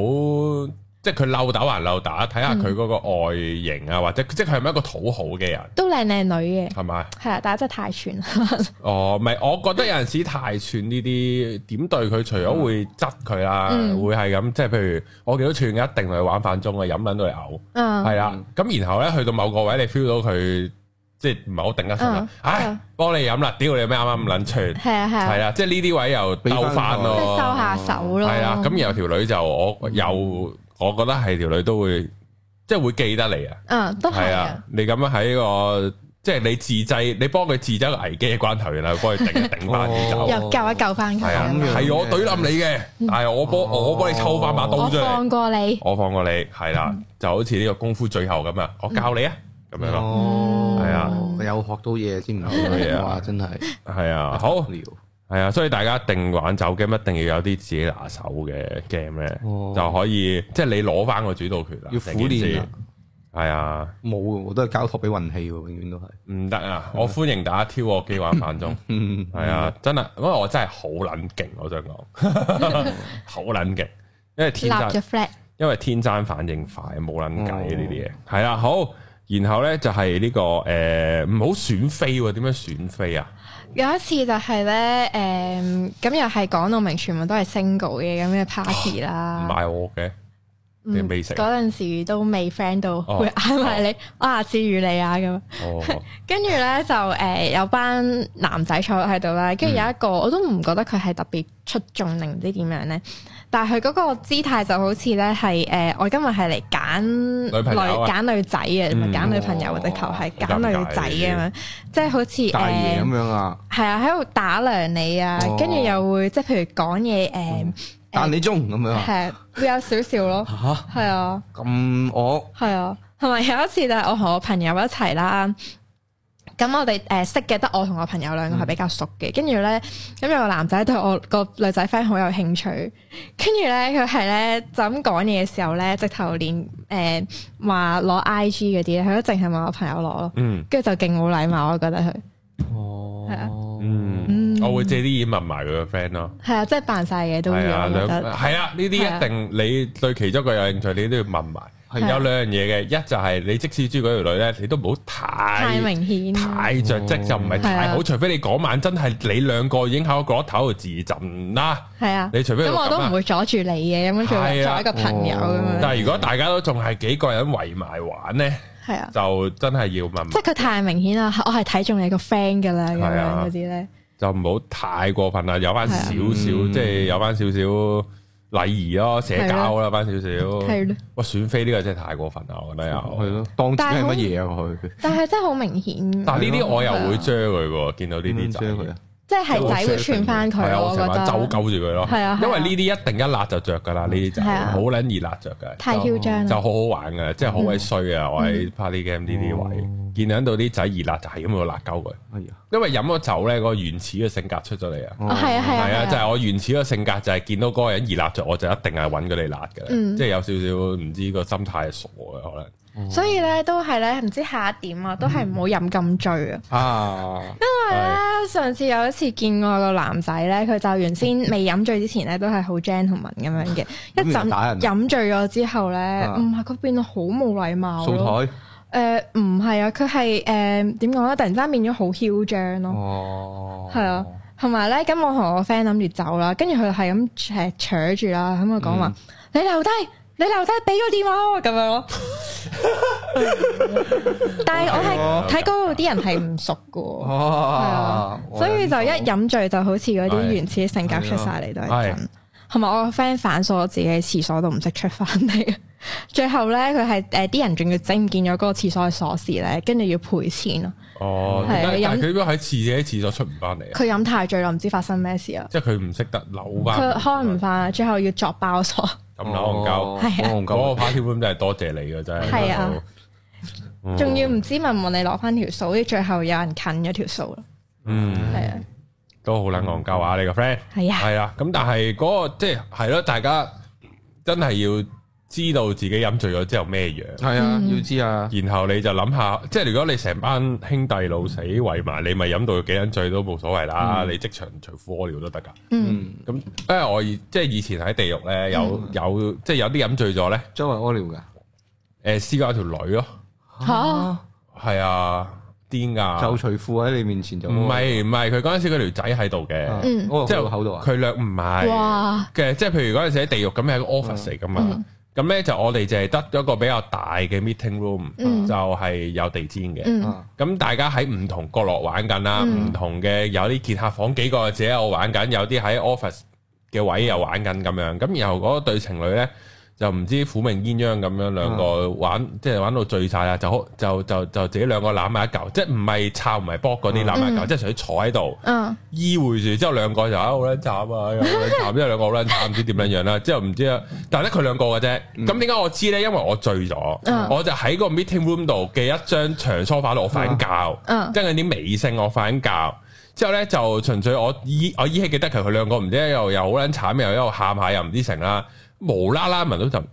即係佢漏打還漏打，睇下
嗯
佢嗰個外形啊，或者即係佢係咪一個討好嘅人，
都靚靚女嘅，
係咪？
係啊，但係真係太串啦。
哦，唔係，我覺得有陣時太串呢啲點對佢，除咗會質佢啦，
嗯
會係咁，即係譬如我見到串嘅，一定同佢玩飯盅嘅，飲撚到你嘔，
嗯，
係啦。咁然後咧去到某個位，你 feel 到佢即係唔係好頂得順啦
嗯，
唉
嗯，
幫你飲啦，屌你咩啱啱咁撚串，
係啊係
係
啊，
啦，即係呢啲位又
俾
兜
返
翻
佢
咯，
即係收下手咯。
系啦，啊咁然後條女就我又，我覺得係條女都會，即係會記得你啊。
嗯都
係
係
啊
啊，，
你咁樣喺個，即係你自制，你幫佢自制一個危機嘅關頭，然後幫佢頂一頂翻呢
哦
嚿。
又救一救翻佢
係啊
咁樣
咁，
係我懟冧你嘅，但係我幫
哦
我幫你抽翻把刀
我
出嚟，
放過你。
我放過你，係啦，就好似呢個功夫最後咁啊，我教你啊，咁樣咯，
哦，
係啊
有學到嘢先唔
係
係
啊
哇，真係
係啊，好，
聊
係啊，所以大家一定玩酒 game 一定要有啲自己拿手嘅 game 咧，
哦
就可以即係你攞翻個主導權啦，
要
成
苦
件事
練啊，
係啊，
冇喎我都係交託俾運氣喎，永遠都係。
唔得啊！我歡迎大家挑我機玩飯 *laughs* 鐘，
嗯
係啊，真係，因為我真係好撚勁，我想講 *laughs* 好撚勁，因為
立
天
咗
生
flat，
因為天生反應快，冇撚計啊呢啲嘢。係啦，好，然後咧就係呢個誒唔好選飛喎，點樣選飛啊？
有一次就係咧，誒咁又係講到明，全部都係 single 嘅咁嘅 party
唔
啦。
係我嘅，你
啊嗯
未
*laughs*
食啊
嗰陣時都未 friend 到，
哦
會嗌埋你，我下次遇你啊咁。
哦，
跟住咧就誒、呃有班男仔坐喺度啦，跟住有一個、我都唔覺得佢係特別出眾定唔知點樣咧，但係佢嗰個姿態就好似咧係誒我今日係嚟揀
女朋友啊
揀女仔嘅，唔
嗯
係揀女朋友或者求係揀女仔嘅咁樣，即係好似誒
大爺咁樣啊，
係啊喺度打量你啊
哦，
跟住又會即係譬如講嘢誒
但你中咁樣啊，
係會有少少咯，
吓
係啊。
咁我
係啊，同埋有一次就係我同我朋友一齊啦。咁我哋誒、呃、識嘅得我同我朋友
嗯
兩個係比較熟嘅，跟住咧咁有個男仔對我個女仔 friend 好有興趣，跟住咧佢係咧就咁講嘢嘅時候咧，直頭連誒話攞 I G 嗰啲咧，佢都淨係問我朋友攞咯，
嗯
跟住就勁冇禮貌，我覺得佢係啊
哦
嗯，
嗯
我會借啲嘢問埋佢個 friend 咯。
係啊，即係扮晒嘢都
係
要，
啊，
我覺
兩係
得
啊，呢啲
係啊
一定你對其中一個有興趣，你都要問埋。
係
有
啊
兩樣嘢嘅，一就係你即使追嗰條女咧，你都唔好
太
太
明顯，
太着
哦
跡，就唔係太
係
好，
啊
除非你嗰晚真係你兩個已經喺個角落頭度自浸啦。
係啊，
你除非
咁我都唔
會。
會阻住你嘅，咁樣做
係啊
做一個朋友咁
哦
樣，
但係如果大家都仲係幾個人圍埋玩咧，
係啊。
就真係要問
即，係佢太明顯啦，我係睇中你個 friend 噶啦，咁
係
樣
啊
嗰啲咧，
就唔好太過分啦，有翻少少，
嗯
即係有翻少少禮儀咯，社交啦，翻少少。
係咯。
哇，選飛呢個真係太啊過分啦，我覺得又
係咯，當自己係乜嘢啊佢？
但係真係好明顯，
但係呢啲我又
啊
會追佢喎，見到呢啲仔，
追佢啊，
即係仔會串翻佢
係啊，
咯，
我成
我覺
晚
得
周鳩住佢咯，
係啊係啊
因為呢啲一定一辣就着㗎啦，呢啲仔
係啊
好撚易辣着㗎，
太囂張
就
啦。嗯
好好玩㗎，即係好鬼衰啊！我喺 party game 呢啲位見到啲仔熱辣就係咁喺度辣鳩佢，
哎呀，
因為飲咗酒咧，個原始嘅性格出咗嚟啊。
哦係啊係
係
啊
啊，就係我原始嘅性格就係見到嗰個人熱辣咗，我就一定係揾佢嚟辣嘅啦，
嗯
即係有少少唔知個心態係傻嘅可能。
所以咧都係咧，唔知下一點啊，都係
嗯
唔好飲咁醉啊。
啊，
因為咧上次有一次見我個男仔咧，佢就原先未飲醉之前咧都係好 gentleman 咁樣
*laughs*
嘅，一
咁又打
啊
陣
人
飲醉咗之後咧，
啊
唔係佢變到好冇禮貌
掃
咯。
台，
誒唔係啊，佢係誒點講咧？突然之間變咗好囂張咯。
哦，
係啊，同埋咧，咁我同我 friend 諗住走啦，跟住佢係咁誒扯住啦，咁我啊講話你留低，你留低俾個電話我咁樣咯。但係
哦
我係睇嗰度啲人係唔熟噶，係啊
哦，，
所以就一飲醉就好似嗰啲
係
原始性格出晒嚟都係
係
真。同埋我個 friend 反鎖我自己喺廁所都唔識出翻嚟， *laughs* 最後咧佢係誒啲人仲要整唔見咗嗰個廁所嘅鎖匙咧，跟住要賠錢咯。
哦，
係
但但
飲
佢點解喺廁喺廁所出唔翻嚟啊？
佢飲太醉啦，唔知發生咩事啊！
即係佢唔識得扭翻，
佢開唔翻，最後要作爆鎖。
咁扭戇鳩。
係啊
哦戇
嗰個
鳩，
party room 真係多謝你嘅真係。
係啊
嗯，
仲要唔知問唔問你攞翻條數，跟住最後有人近咗條數咯，
嗯
係啊，
都好撚戇鳩啊！你個 friend
係啊，
係啊，咁但係嗰個即係係咯，大家真係要知道自己飲醉咗之後咩樣。
係啊，
嗯
要知啊，
然後你就諗下，即係如果你成班兄弟老死圍埋，你咪飲到幾人醉都冇所謂啦，你即場除褲屙尿都得㗎。
嗯，
嗯，
咁因為我以即係以前喺地獄咧，有有即係有啲飲醉咗咧，
周圍屙尿
誒試過有條女咯，
㗎，
嚇
係啊癲
就
㗎，
除褲喺你面前就
唔係唔係佢嗰陣時佢條仔喺度
啊
嘅，
嗯
屙
即
喺
係
個口度啊，
佢略唔係。
哇，
嘅，即係譬如嗰陣時喺地獄咁係個 office 嚟噶嘛
嗯，
咁咧就我哋就係得一個比較大嘅 meeting room，
嗯
就係有地氈嘅。哦
嗯
啊
咁大家喺唔同角落玩緊啦，
嗯
唔同嘅有啲傑客房幾個自己喺度玩緊，有啲喺 office 嘅位又玩緊咁樣。咁然後嗰對情侶咧就唔知苦命鴛鴦咁樣兩個玩，即係玩到醉晒啦，就好就就就自己兩個攬埋一嚿，即係唔係摷唔係搏嗰啲攬埋一嚿，
嗯
即係純粹坐喺度。
嗯，
醫護住之後兩個就啊好撚慘啊，又好撚慘，之後兩個好撚慘，唔知點樣樣
*laughs*
啦。之後唔知啊，但係咧佢兩個嘅啫。咁點解我知咧？因為我醉咗，
嗯
我就喺個 meeting room 度嘅一張長梳化度，我瞓緊覺
嗯，
跟住啲尾聲我瞓緊覺。之後咧就純粹我依我依稀記得佢佢兩個唔知又又好撚慘，又喺度喊下又唔知成啦，無啦啦聞到陣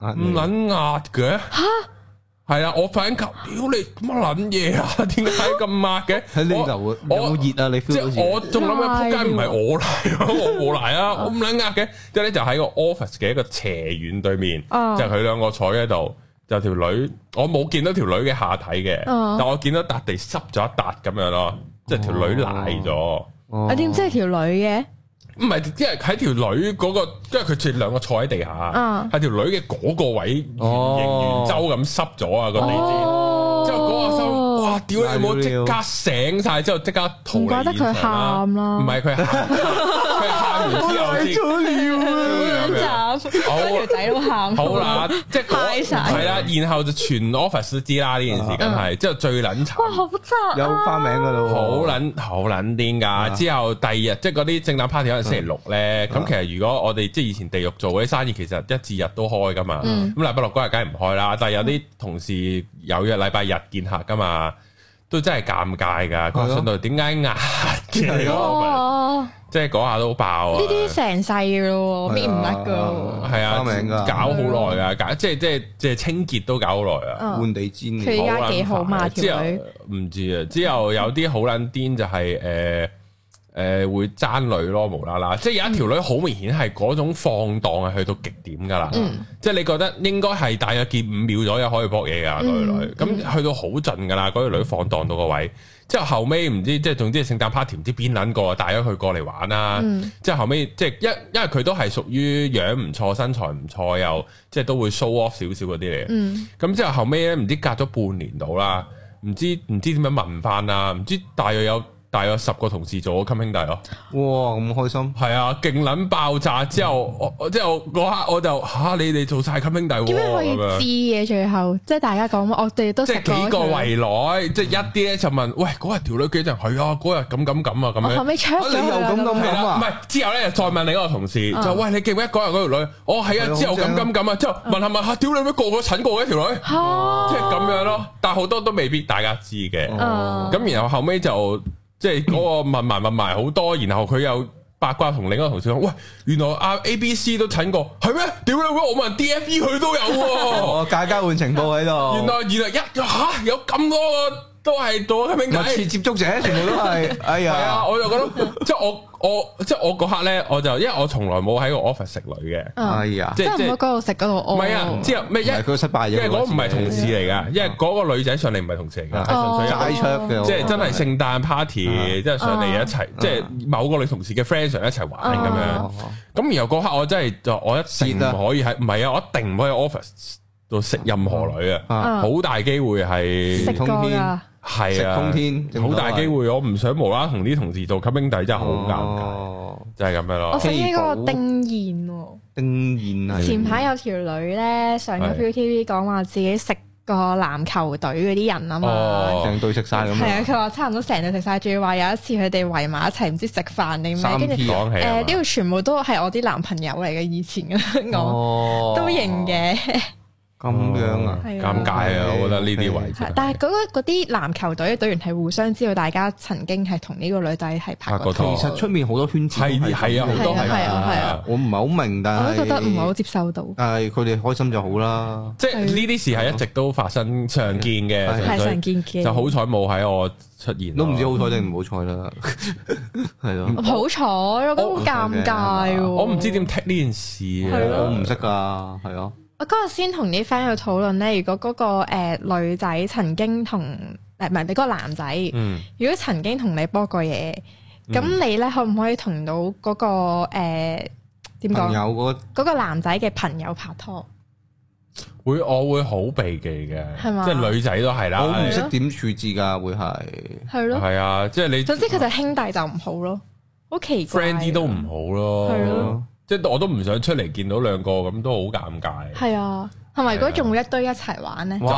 嗯
啊
唔撚壓嘅嚇。係啊，我瞓緊覺，屌你乜撚嘢啊？ *laughs* 點解咁壓嘅？
喺呢
我
度
我
有冇熱啊？你
即
feel 到
係我
自己
仲諗緊撲街唔係我嚟，我冇嚟
*laughs*
啊！我唔撚呃嘅。之後咧就喺個 office 嘅一個斜院對面，
啊
哦
就佢兩個坐喺度，就條女我冇見到條女嘅下體嘅，
啊
哦
但我見到笪地濕咗一笪咁樣咯，即係條女賴咗。
哦
我啊點知係條女嘅？
唔係，即係喺條女嗰、個，因為佢哋兩個坐喺地下
嗯，
喺條女嘅嗰個位圓形圓
啊哦
周咁濕咗啊個地氈。
哦
之後嗰個心，哇！屌你冇，即刻醒晒，之後即刻逃
唔怪
離
得
現場
佢喊啦
唔係佢喊，
*laughs*
佢喊完之後先
兩集，嗰條仔都喊，
好啦，即係嗰
嗨晒
係啦，然後就全 office 都知啦呢件事，梗係之後最撚
哇，
慘。
好慘，啊
有花名㗎咯喎，
好撚好撚癲
啊
㗎！之後第二日即係嗰啲正誕 party 可能星期
嗯
六咧，咁其實如果我哋即係以前地獄做嗰啲生意，其實一至日都開㗎嘛。咁
嗯
禮拜六嗰日梗係唔開啦，但係有啲同事有約禮拜日見客㗎嘛，都真係尷尬㗎。佢
係
話
咯
信到點解壓嘅
係
嗰個
哦，
即係嗰下都爆
呢
啊！
啲成世嘅咯喎，搣唔甩
係
噶
啊
係啊，
花名㗎
搞好耐㗎，啊搞即係即係即係清潔都搞好耐啊。
換地氈
佢
嘅
而家幾好嘛
撚煩之後
條女
唔知啊，之後有啲好撚癲就係誒誒會爭女咯，無啦啦，即係有一條女好明顯係嗰種放蕩係去到極點㗎啦，
嗯
即係你覺得應該係大約見五秒左右可以搏嘢㗎嗰條
嗯
女，咁、去到好盡㗎啦，嗰條女放蕩到個位。之後後尾唔知即係總之聖誕 party 唔知邊撚個帶咗佢過嚟玩啦，
嗯
之後後尾即係一因為佢都係屬於樣唔錯、身材唔錯又即係都會 show off 少少嗰啲嚟嘅。
嗯
咁之後啊後尾咧，唔知隔咗半年到啦，唔知唔知點樣問翻啦，唔知大約有大約十個同事做咗襟兄弟咯。
哇，咁開心，
係啊，勁撚爆炸之後，
嗯
我我之後嗰刻我就吓你哋做晒襟兄弟喎
點解可以
咁樣。
知嘅？最後即係大家講，我哋都
即
食
係
過
幾個
佢
圍內，即係一啲咧就問，喂嗰日條女幾陣？係啊，嗰日咁咁咁啊咁
我
樣。
後尾 check 咗
啊你又
佢啦
咁咁
係
咁
啦，
啊
唔係之後咧，再問另一個同事，
啊
就喂你記唔記得嗰日嗰條女？我係啊，
係啊
之後咁
好
咁
正
咁啊，之後問下問下，屌你咩個個診過嘅條女，
嗯嚇
即係咁樣咯。但係好多都未必大家知嘅。
哦
啊
咁然後後尾就即係嗰個問埋問埋好多，然後佢又八卦同另一個同事講：，喂，原來阿 A、B、C 都診過，係咩？屌你我問 D、F、E 佢都有喎。 *laughs*
哦，價交換情報喺度，
原來原來一吓有咁多個都係做緊兄
密切
弟。
接觸者全部都係，哎
係啊，
呀，
我就覺得即係我我即係我嗰刻咧，我就因為我從來冇喺個 office 食女嘅，
哎
嗯
呀，
即
即
係
係
即
唔
係
好嗰度食嗰度哦
唔
屙。
係啊，之後咩
唔
一
係佢失敗
因
咗，
為嗰個唔係同事嚟噶，
嗯
因為嗰個女仔上嚟唔係同事
哦
嚟噶，
啊
係純粹一個
齋槍嘅，
即係真係聖誕 party，
哦啊
即係上嚟一齊，即係某個女同事嘅 friend 上嚟一齊玩咁樣。
哦。
咁然後嗰刻我真係就我一定
蝕啊
唔可以喺，唔係啊，我一定唔可以喺 office 度食任何女啊，
啊
啊
好大機會係
食過㗎，
係
食
啊
通，天，
好大機會我唔想無啦啦同啲同事做襟兄弟，真係好尷尬，
哦，
就係咁樣
我
咯。
醒起嗰
欺
個
保
丁燕喎。
丁燕係
前排有條女咧上咗
係
ViuTV 講話自己食過籃球隊嗰啲人啊嘛，
哦，
成對食晒咁
係啊，
樣，
佢話差唔多成日食晒，仲要話有一次佢哋圍埋一齊唔知食飯定
三
咩，跟住
P
講起
誒
啊
呢度全部都係我啲男朋友嚟嘅，以前嘅我
哦
都認嘅，
咁樣啊，
係啊
尷尬啊！我覺得呢啲位真係，
但係嗰個嗰啲籃球隊嘅隊員係互相知道大家曾經係同呢個女仔係拍過
拍過
拖，
拖
啊其實出面好多圈子都
係係啊，好多
係啊
係
係啊係
啊
啊。
我唔係好明，但係
我都覺得唔係好接受到。
但係佢哋開心就好啦。
即係呢啲事係一直都發生常見嘅，
係
純
係
粹
常見嘅，
就好彩冇喺我出現咯，
都唔知好彩定唔好彩
*laughs*
啦，係咯，
好彩，我覺得好尷尬喎。
啊我唔知點 take 呢件事
係
我
啊
咯
唔識噶，係咯，
我嗰日先同啲 friend 去討論咧，如果嗰、個、呃、女仔曾經同誒唔係你嗰個男仔，
嗯，
如果曾經同你波過嘢，咁、你咧可唔可以同到嗰、個誒點
朋友
講
嗰
嗰個男仔嘅朋友拍拖？
會我會好避忌嘅，
係嘛
即係女仔都係
我唔
啦，
識點處置噶，會係
係咯，
係啊，即係你
總之佢哋兄弟就唔好咯，好奇怪。啊
friend 啲都唔好
係咯
咯
咯，
即係我都唔想出嚟見到兩個咁都好尷尬，
係啊，同埋如果仲會一堆一齊玩咧，
就啊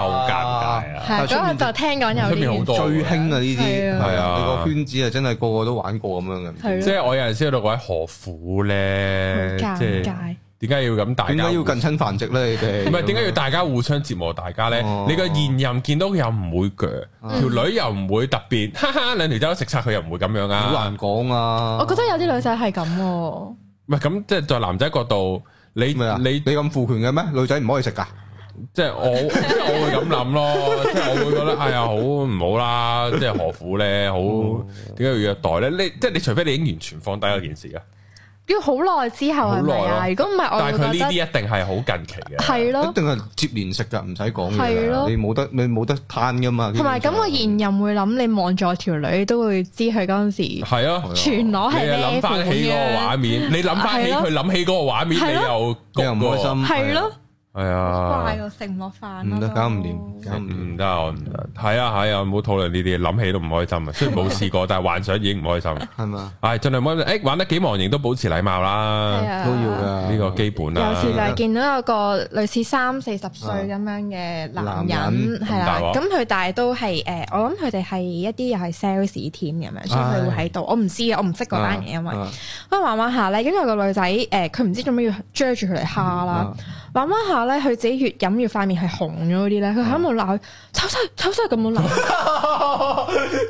好尷尬啊！
係啊
但係出
嗰日
面
就聽講有
出面
呢
好
件
多
最興啊呢
係
啲，
啊
係啊，
係啊
你個圈子啊真係個個都玩過咁樣嘅，
係
即
咯，
係我有陣時喺度位何苦
好
咧？即
尷
係啊
尬。
點解要咁大家
點解要
互
近親繁殖咧？你哋
唔係點解要大家互相折磨大家咧？
哦啊
你個現任見到佢又唔會鋸，條女又唔會特別，哈哈兩條仔都食晒佢又唔會咁樣
好
啊！
難講啊？
我覺得有啲女仔係咁喎，
唔係咁，即係在男仔角度，你
咩啊？你
你
你咁父權嘅咩？女仔唔可以食噶，
即係我， *laughs* 即係我會咁諗咯，即係我會覺得哎呀好唔好啦，即係何苦咧？好
哦
點解要虐待咧？你即係你除非你已經完全放低嗰件事啊！
要好耐之後係咪
好
啊？
耐
如果唔係，我
但係
會
佢
覺
呢啲啊
得
一定係好近期嘅，
係
一
咯。
定係接連食噶，唔使講
係
嘅
咯，
你冇得你冇得攤噶嘛。
同埋咁，我現任會諗你望住條女，都會知佢嗰陣
*laughs*
時
係啊。
全裸
你
係
又
咩
諗
款
翻起嗰個畫
嘅，
面，你諗翻起
係咯
佢諗起嗰個畫面，
係
你
咯
又
你又唔開
谷喎，
心，
係咯，
係啊，
怪我食唔落飯
唔
咯
得，
都
搞唔掂，搞唔掂。
唔得，我唔得。係啊，係啊，唔好討論呢啲，諗起都唔開心啊。雖然冇 *laughs* 試過，但係幻想已經唔開心。
係嘛，
唉，盡量唔好。誒，玩得幾忙型都保持禮貌
係
啦，
啊，
都要。噶
呢個基本啊
有
啦
次。就係見到有個類似三四十歲咁樣嘅男
男
人
人
係
咁
啦
大，鑊
咁佢但係都係誒，我諗佢哋係一啲又係 sales team 咁樣，所以佢會喺度。我唔知啊，我唔識嗰班嘢，因為
啊
咁玩玩下咧，咁有個女仔誒，佢唔知做咩要追住佢嚟蝦啦
啊，
玩玩下咧，佢自己越飲越塊面係紅咗嗰啲咧，佢喺度鬧佢，醜衰醜衰咁樣鬧，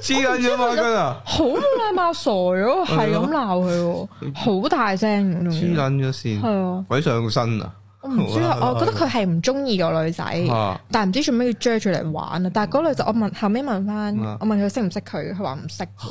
黐緊咗嘛，跟啊，
好冇禮貌傻咗，係咁鬧佢喎，好大聲
黐
咁樣，
撚咗線，
係啊，
鬼上身啊！
我唔知啊，我覺得佢係唔中意個女仔，
啊
但係唔知做咩要追住嚟玩啊，但係嗰女仔我問後尾問翻，
啊
我問佢識唔識佢，佢話唔識，
吓，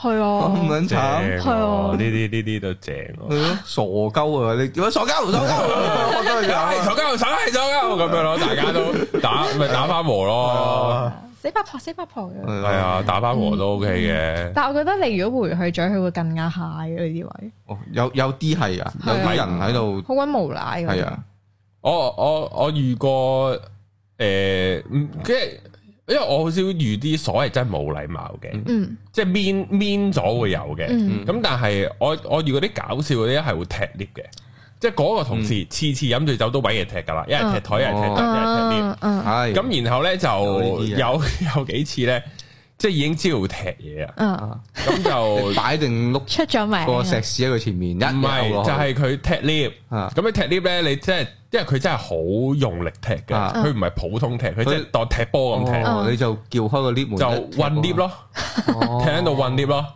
係
咁
啊，
撚
正
慘，
喎
係啊
呢啲呢啲都正喎。
係咯傻鳩啊！你喂傻鳩
*laughs*
傻鳩，我真係
唉，手交手係手交咁樣咯，大家都打咪打翻和咯。
啊死八婆死八婆嘅，
係啊，打翻和都 OK 嘅。
但係我覺得你如果回去咗，佢會更加 high 啊呢啲位。
哦，有有啲係啊，有啲人喺度啊
好鬼無賴㗎。
係啊，
我我我遇過誒，嗯即係因為我好少遇啲所謂真係冇禮貌嘅，
嗯
即係 mean mean 咗會有嘅。
嗯
咁但係我我遇嗰啲搞笑嗰啲係會踢 lift 嘅，即係嗰個同事
嗯
次次飲醉酒都揾嘢踢㗎啦，一人踢台，一人踢凳，一人踢 lift。
啊啊
係
咁然後咧就
哎有呢啲啊
有有 *laughs* 幾次咧，即係已經知道踢嘢啊，
啊
啊
咁
*laughs*
就
擺定碌
出咗名
個
啊
石屎喺佢前面，一
唔係就係佢踢 lift。
啊
咁你踢 lift 咧，你真係因為佢真係好用力踢嘅，
啊
佢唔係普通踢，佢即係
佢
當踢波咁踢，
哦你就叫開個 lift 門，
就
一踢
混 lift 咯，
哦，
踢喺度混 lift 咯。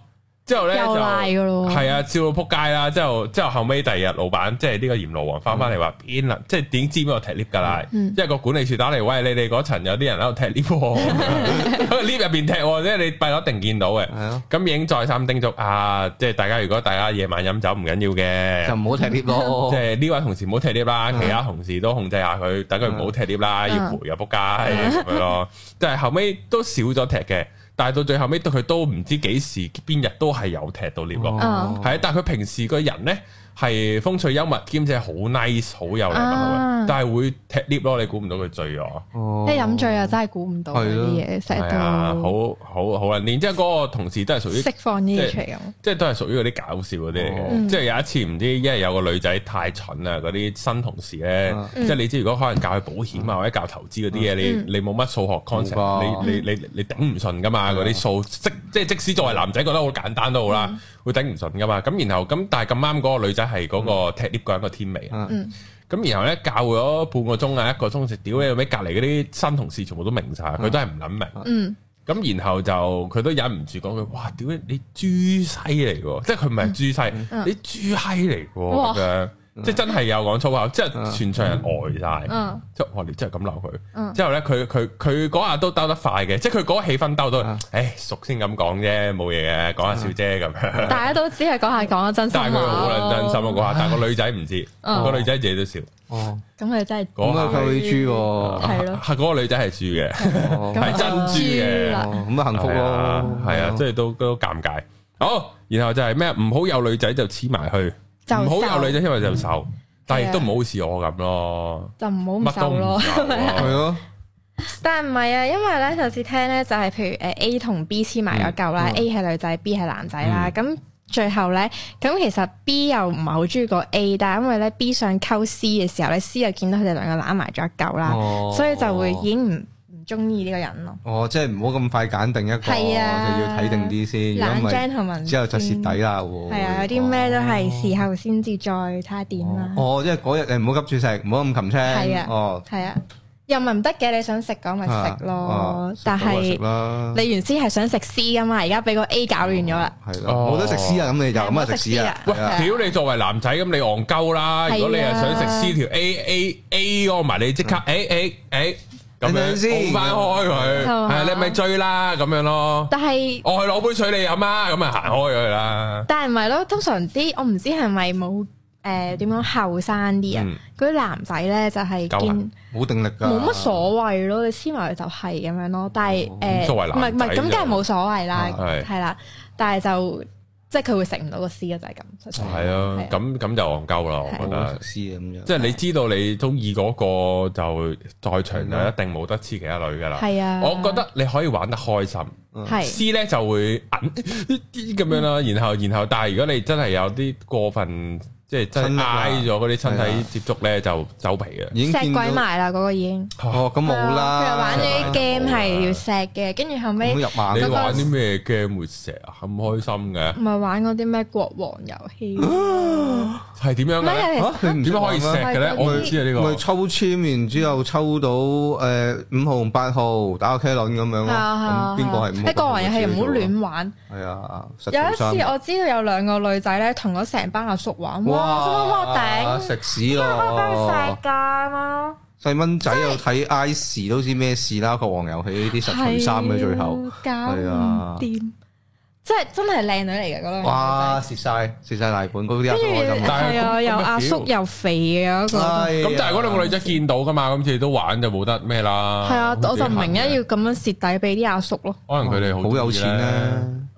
之後咧就
又賴㗎咯
係啊，笑到撲街啦！之後之後後尾第二日，老闆即係呢個閻羅王翻翻嚟話邊啦，即係點知邊個踢 lift 㗎啦？
嗯
因為個管理處打嚟，喂，你哋嗰層有啲人喺度踢 lift，喎
*laughs*
*laughs* 喺個 lift 入邊踢喎，即係你閉一定見到嘅。
係咯，
咁已經再三叮囑啊，即係大家如果大家夜晚飲酒唔緊要嘅，
就唔好踢 lift 咯
哦
即，係呢位同事唔好踢 lift 啦，
嗯
其他同事都控制下佢，等佢唔好踢 lift 啦，要
嗯
賠又仆街咁樣咯。但係後尾都少咗踢嘅，但係到最後尾到佢都唔知幾時邊日都係有踢到 lift 咯。
哦
係啊，但係佢平時個人呢係風趣幽默，兼且好 nice，好有禮貌嘅
啊，
但係會踢 lift 咯。你估唔到佢醉咗，
哦
即係飲醉啊，真係估唔到呢啲嘢，成
係
日
啊，
都
好好好啦。然之後嗰個同事都係屬於
釋放呢啲嘢出嚟咁。
即係都係屬於嗰啲搞笑嗰啲嚟嘅，
嗯
即係有一次唔知，因為有個女仔太蠢啦，嗰啲新同事咧，
啊
即係你知如果可能教佢保險啊或者教投資嗰啲嘢，
嗯
你你冇乜數學
冇
concept，
㗎
你你你你頂唔順噶嘛，嗰啲數即即係即使作為男仔覺得好簡單都好啦，會頂唔順噶嘛。咁然後咁但係咁啱嗰個女仔係嗰個踢 lift 嗰人個天美，
啊
嗯
咁然後咧教咗半個鐘啊一個鐘，就屌你後尾隔離嗰啲新同事全部都明晒，
啊
佢都係唔撚明。
嗯
咁然後就佢都忍唔住講佢，哇！屌你你豬西嚟喎，即係佢唔係豬西，
嗯
你豬閪嚟喎
哇
咁樣，即係真係有講粗口，即
嗯
係全場人呆晒，
嗯
即係我哋真係咁鬧佢。
嗯
之後咧，佢佢佢嗰下都兜得快嘅，即係佢嗰個氣氛兜到
嗯，
誒熟先咁講啫，冇嘢嘅，講下笑啫咁樣。
*laughs* 大家都只係講下講下真心
但係佢好
話
撚真心啊咯，
咯
嗰下，但係個女仔唔知，
嗯
個女仔自己都笑。
哦，
咁佢真係
嗰
咁
下
啊佢豬喎，
係咯
係啊嗰個女仔係豬嘅，
哦
咁啊
係真豬嘅
豬。啦
哦咁啊幸福
係啊
咯，
係啊，即係都都尷尬。好，然後就係咩？唔好有女仔就黐埋去，
就
唔好
瘦
有女仔因為就瘦，但係亦都
係啊
唔好似我咁咯，
就唔好唔
乜都
受
唔
*laughs*
咯。
受
係
咯。
咯，
但係唔係啊，因為咧上次聽咧就係、譬如誒 A 同 B 黐埋咗嚿啦、
嗯
a 係女仔，B 係男仔啦，咁、最後咧，咁其實 B 又唔係好中意個 A，但係因為咧 B 想溝 C 嘅時候咧，C 又見到佢哋兩個攬埋咗一嚿啦，
哦
啊所以就會已經唔唔中意呢個人咯。
哦，即係唔好咁快揀定一個，就
係啊
要睇定啲先，如
冷
果唔係
gentleman
之後就蝕底啦喎。
係啊，有啲咩都係事後先至再睇下點啦。
哦，即係嗰日你唔好急住食，唔好咁擒青。
係啊
哦，
係啊，又唔係唔得嘅，你想食講咪食咯
啊，
但
食
係
啦，
你原先係想食 C 噶嘛，而家俾個 A 搞亂咗啦。
係啦，
哦
冇得食屎啊！咁你就咁啊食屎啊！
喂
係啊，
屌你作為男仔咁你戇鳩啦！如果你係想
係啊
食 C 條 A A A 嗰個埋你即刻誒誒誒咁
等陣
樣
先
拱翻開佢，
係嘛
係你咪追啦咁樣咯。
但係
我去攞杯水你飲啊，咁咪行開咗佢啦。
但係唔係咯？通常啲我唔知係咪冇誒點講後生啲啊，嗰啲男仔咧就係
夠
見
冇定力㗎，
冇乜所謂咯，你黐埋佢就係咁樣咯。但係誒，
作為
唔係
男
唔
仔
係咁，梗係冇所謂啦，
係
係啦。但係就即係佢會食唔到個 C 啊，就係咁。實在
係啊，咁咁就戇鳩啦，我覺
冇得
得
食。屎啊咁樣。
即係你知道你中意嗰個就在場
嗯
就一定冇得黐其他女噶啦。
係啊，
我覺得你可以玩得開心
係嗯
，C 咧就會銀咁樣啦。然後然後，但係如果你真係有啲過分，即係真
親
係
密啊
挨咗嗰啲
係
身
啊
體接觸咧，就走皮嘅。
已經
錫
見
鬼
到
埋啦，嗰個已經。
哦，咁冇啦。啊
佢又玩咗啲 game 係啊要錫嘅，跟住後尾
咁入馬
你
嗰個
玩啲咩 game 會成啊？咁開心嘅
唔係玩嗰啲咩國王遊戲，
係點樣嘅
唔
咧？
係
嚇你唔
點樣可以錫嘅咧？
係嗰啲
我唔知啊呢
咪
個。
抽籤，然之後抽到誒五號同八號打個 K 輪咁樣
係啊
咯。咁
係
邊個
啊，
係五號？
喺國王遊戲唔好。亂玩。
係啊，有
有一次我知道有兩個女仔咧，同咗成班阿叔玩，哇！心諗哇頂，
食屎
*laughs* 點解可以俾佢
咯
錫！㗎嘛？
細蚊仔又睇 Ice 都知咩事啦，國王遊戲呢啲實除衫嘅最後，
係
係
啊
啊
搞唔掂，即係真係靚女嚟嘅嗰兩個
哇！蝕晒蝕晒大本，嗰啲阿
女仔，
叔開
跟
心
住
但係
係啊，
咁
又
咁
阿叔
屌
又肥嘅嗰個。
唉
咁但係嗰兩個女仔見到噶嘛，咁佢哋都玩就冇得咩啦。
係啊，我就唔明
一
咧，要咁樣蝕底俾啲阿叔咯。
可能佢哋
好有錢啊
咧。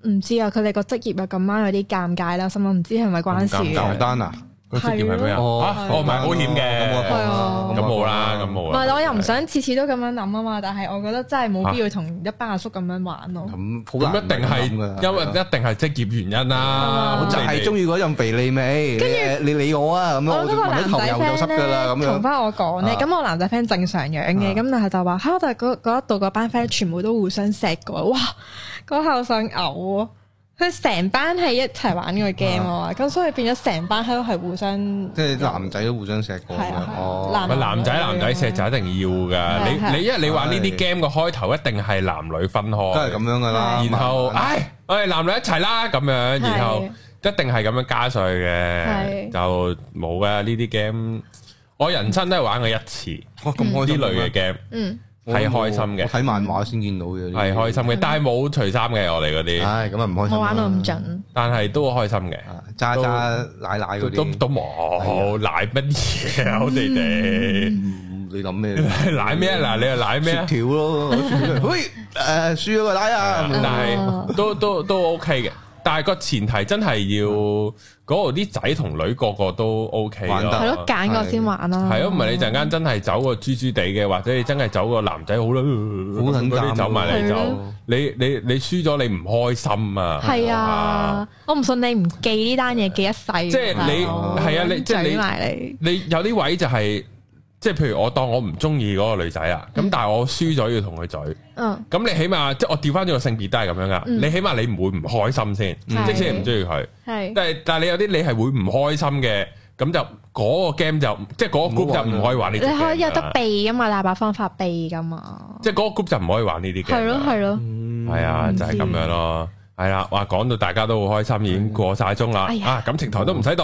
咧，
唔知啊，佢哋個職業啊咁啱有啲尷尬啦，心諗唔知係咪關事
咁尷
嘅
尬
簡單啊！
個職業係咩啊？
係咯
啊我賣保險
Ờ,
係
嘅，
啊
咁冇啦，咁冇
唔
啦。
哦係，我又唔想次次都咁樣諗啊嘛，但係我覺得真係冇必要同一班阿叔咁樣玩咯。
咁
咁
好難
一定係，
諗㗎
因為一定係職業原因啦。
我
我就
咁你
係
哋
中意嗰陣肥膩味，你你理我啊咁樣，
我
我
嗰
就
個
聞
男
到頭油就
仔
濕㗎啦
friend
咁
咧，同
樣。
翻我講咧，
啊
咁我男仔 friend 正常
啊
樣嘅，咁但係就話嚇，但係嗰嗰一度嗰班 friend 全部都互相錫過，哇！嗰下我想嘔喎，佢成班係一齊玩呢個 game 啊，咁所以變咗成班喺度係互相
嗯
即係男仔都互相錫過咁
係
樣
啊係啊
哦
男。
咪男仔男仔錫就一定要
係
㗎。
係
你你因為你話呢啲 game 嘅開頭一定係男女分開，
都係咁樣㗎啦。
然後
慢慢
唉，我哋男女一齊啦咁樣，
係
然後一定係咁樣加税嘅，
係
就冇噶呢啲 game。我人生都係玩過一次呢
哇咁開心嘅咩
類嘅 game，
嗯
係開心嘅
我睇漫畫先見到嘅，
係開心嘅，但係冇除衫嘅我哋嗰啲，
唉，咁啊唔開心啦。
我玩到咁盡，
但係都開心嘅，
啊，渣渣奶奶嗰
都都
啲，
都冇奶乜嘢啊，我哋哋
嗯你諗咩？
*laughs* 奶咩啊？嗱，你又奶咩啊
雪？條咯，
*laughs*
喂，誒輸咗個奶啊！咁
但
樣
啊
係都都都 OK 嘅，但係個前提真係要嗰度啲仔同女個個都 OK
玩得
咯
啊
係咯，揀過先玩啊啦。
系咯，唔係你陣間真係走個豬豬地嘅，或者你真係走個男仔好啦，好
好撚啊
嗰
尷
啲
尬
走埋嚟
係
就
咯
你你你輸咗你唔開心啊！
係啊，我唔信你唔記呢單嘢記一世啊㗎。
即係你係啊你即係你
嘴埋你
你有啲位就係即係譬如我當我唔中意嗰個女仔啊，咁但係我輸咗要同佢嘴，
嗯
咁你起碼即係我調翻咗個性別都係咁樣噶，
嗯
你起碼你唔會唔開心先，
係
即使你唔中意佢，
係
但係但係你有啲你係會唔開心嘅，咁就嗰個 game 就即係嗰個 group 就唔可以玩呢
你
隻 game 㗎
可
啦
以有得避噶嘛，大把方法避噶嘛。
即係嗰個 group 就唔可以玩呢啲 game
係
㗎啦。
咯係咯，
嗯
系啊，就係咁樣咯，係啦，哇，講到大家都好開心，已經過晒鐘啦
哎，呀
啊，感情台都唔使讀，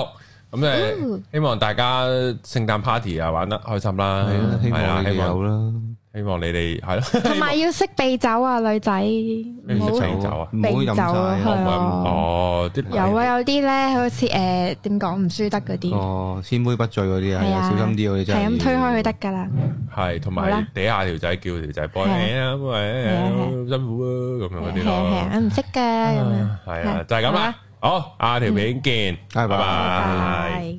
咁诶
嗯，
希望大家聖誕 party 啊玩得開心啦，
係啊，希
係啦
望你
希
哋有
望
啦，
希望你哋係咯，
同埋要識避酒啊，女仔唔好
避酒
唔好
避
飲
酒
晒啊
係啊。
*laughs* 哦，啲
有啊，有啲咧，好似誒點講唔輸得嗰啲，
哦，千杯不醉嗰啲啊，
係啊，
小心啲嗰啲真係
係
要。
咁推開佢得㗎啦。
係同
好
埋
啦
地下條仔叫條仔幫
係啊
你啊，喂
係啊
辛苦啊，咁樣嗰啲
係啊係
咯，
啊，唔識嘅咁樣。
係啊，
係
就係咁
好
啦
啦，
好，下條片見，
拜拜
拜拜。
拜。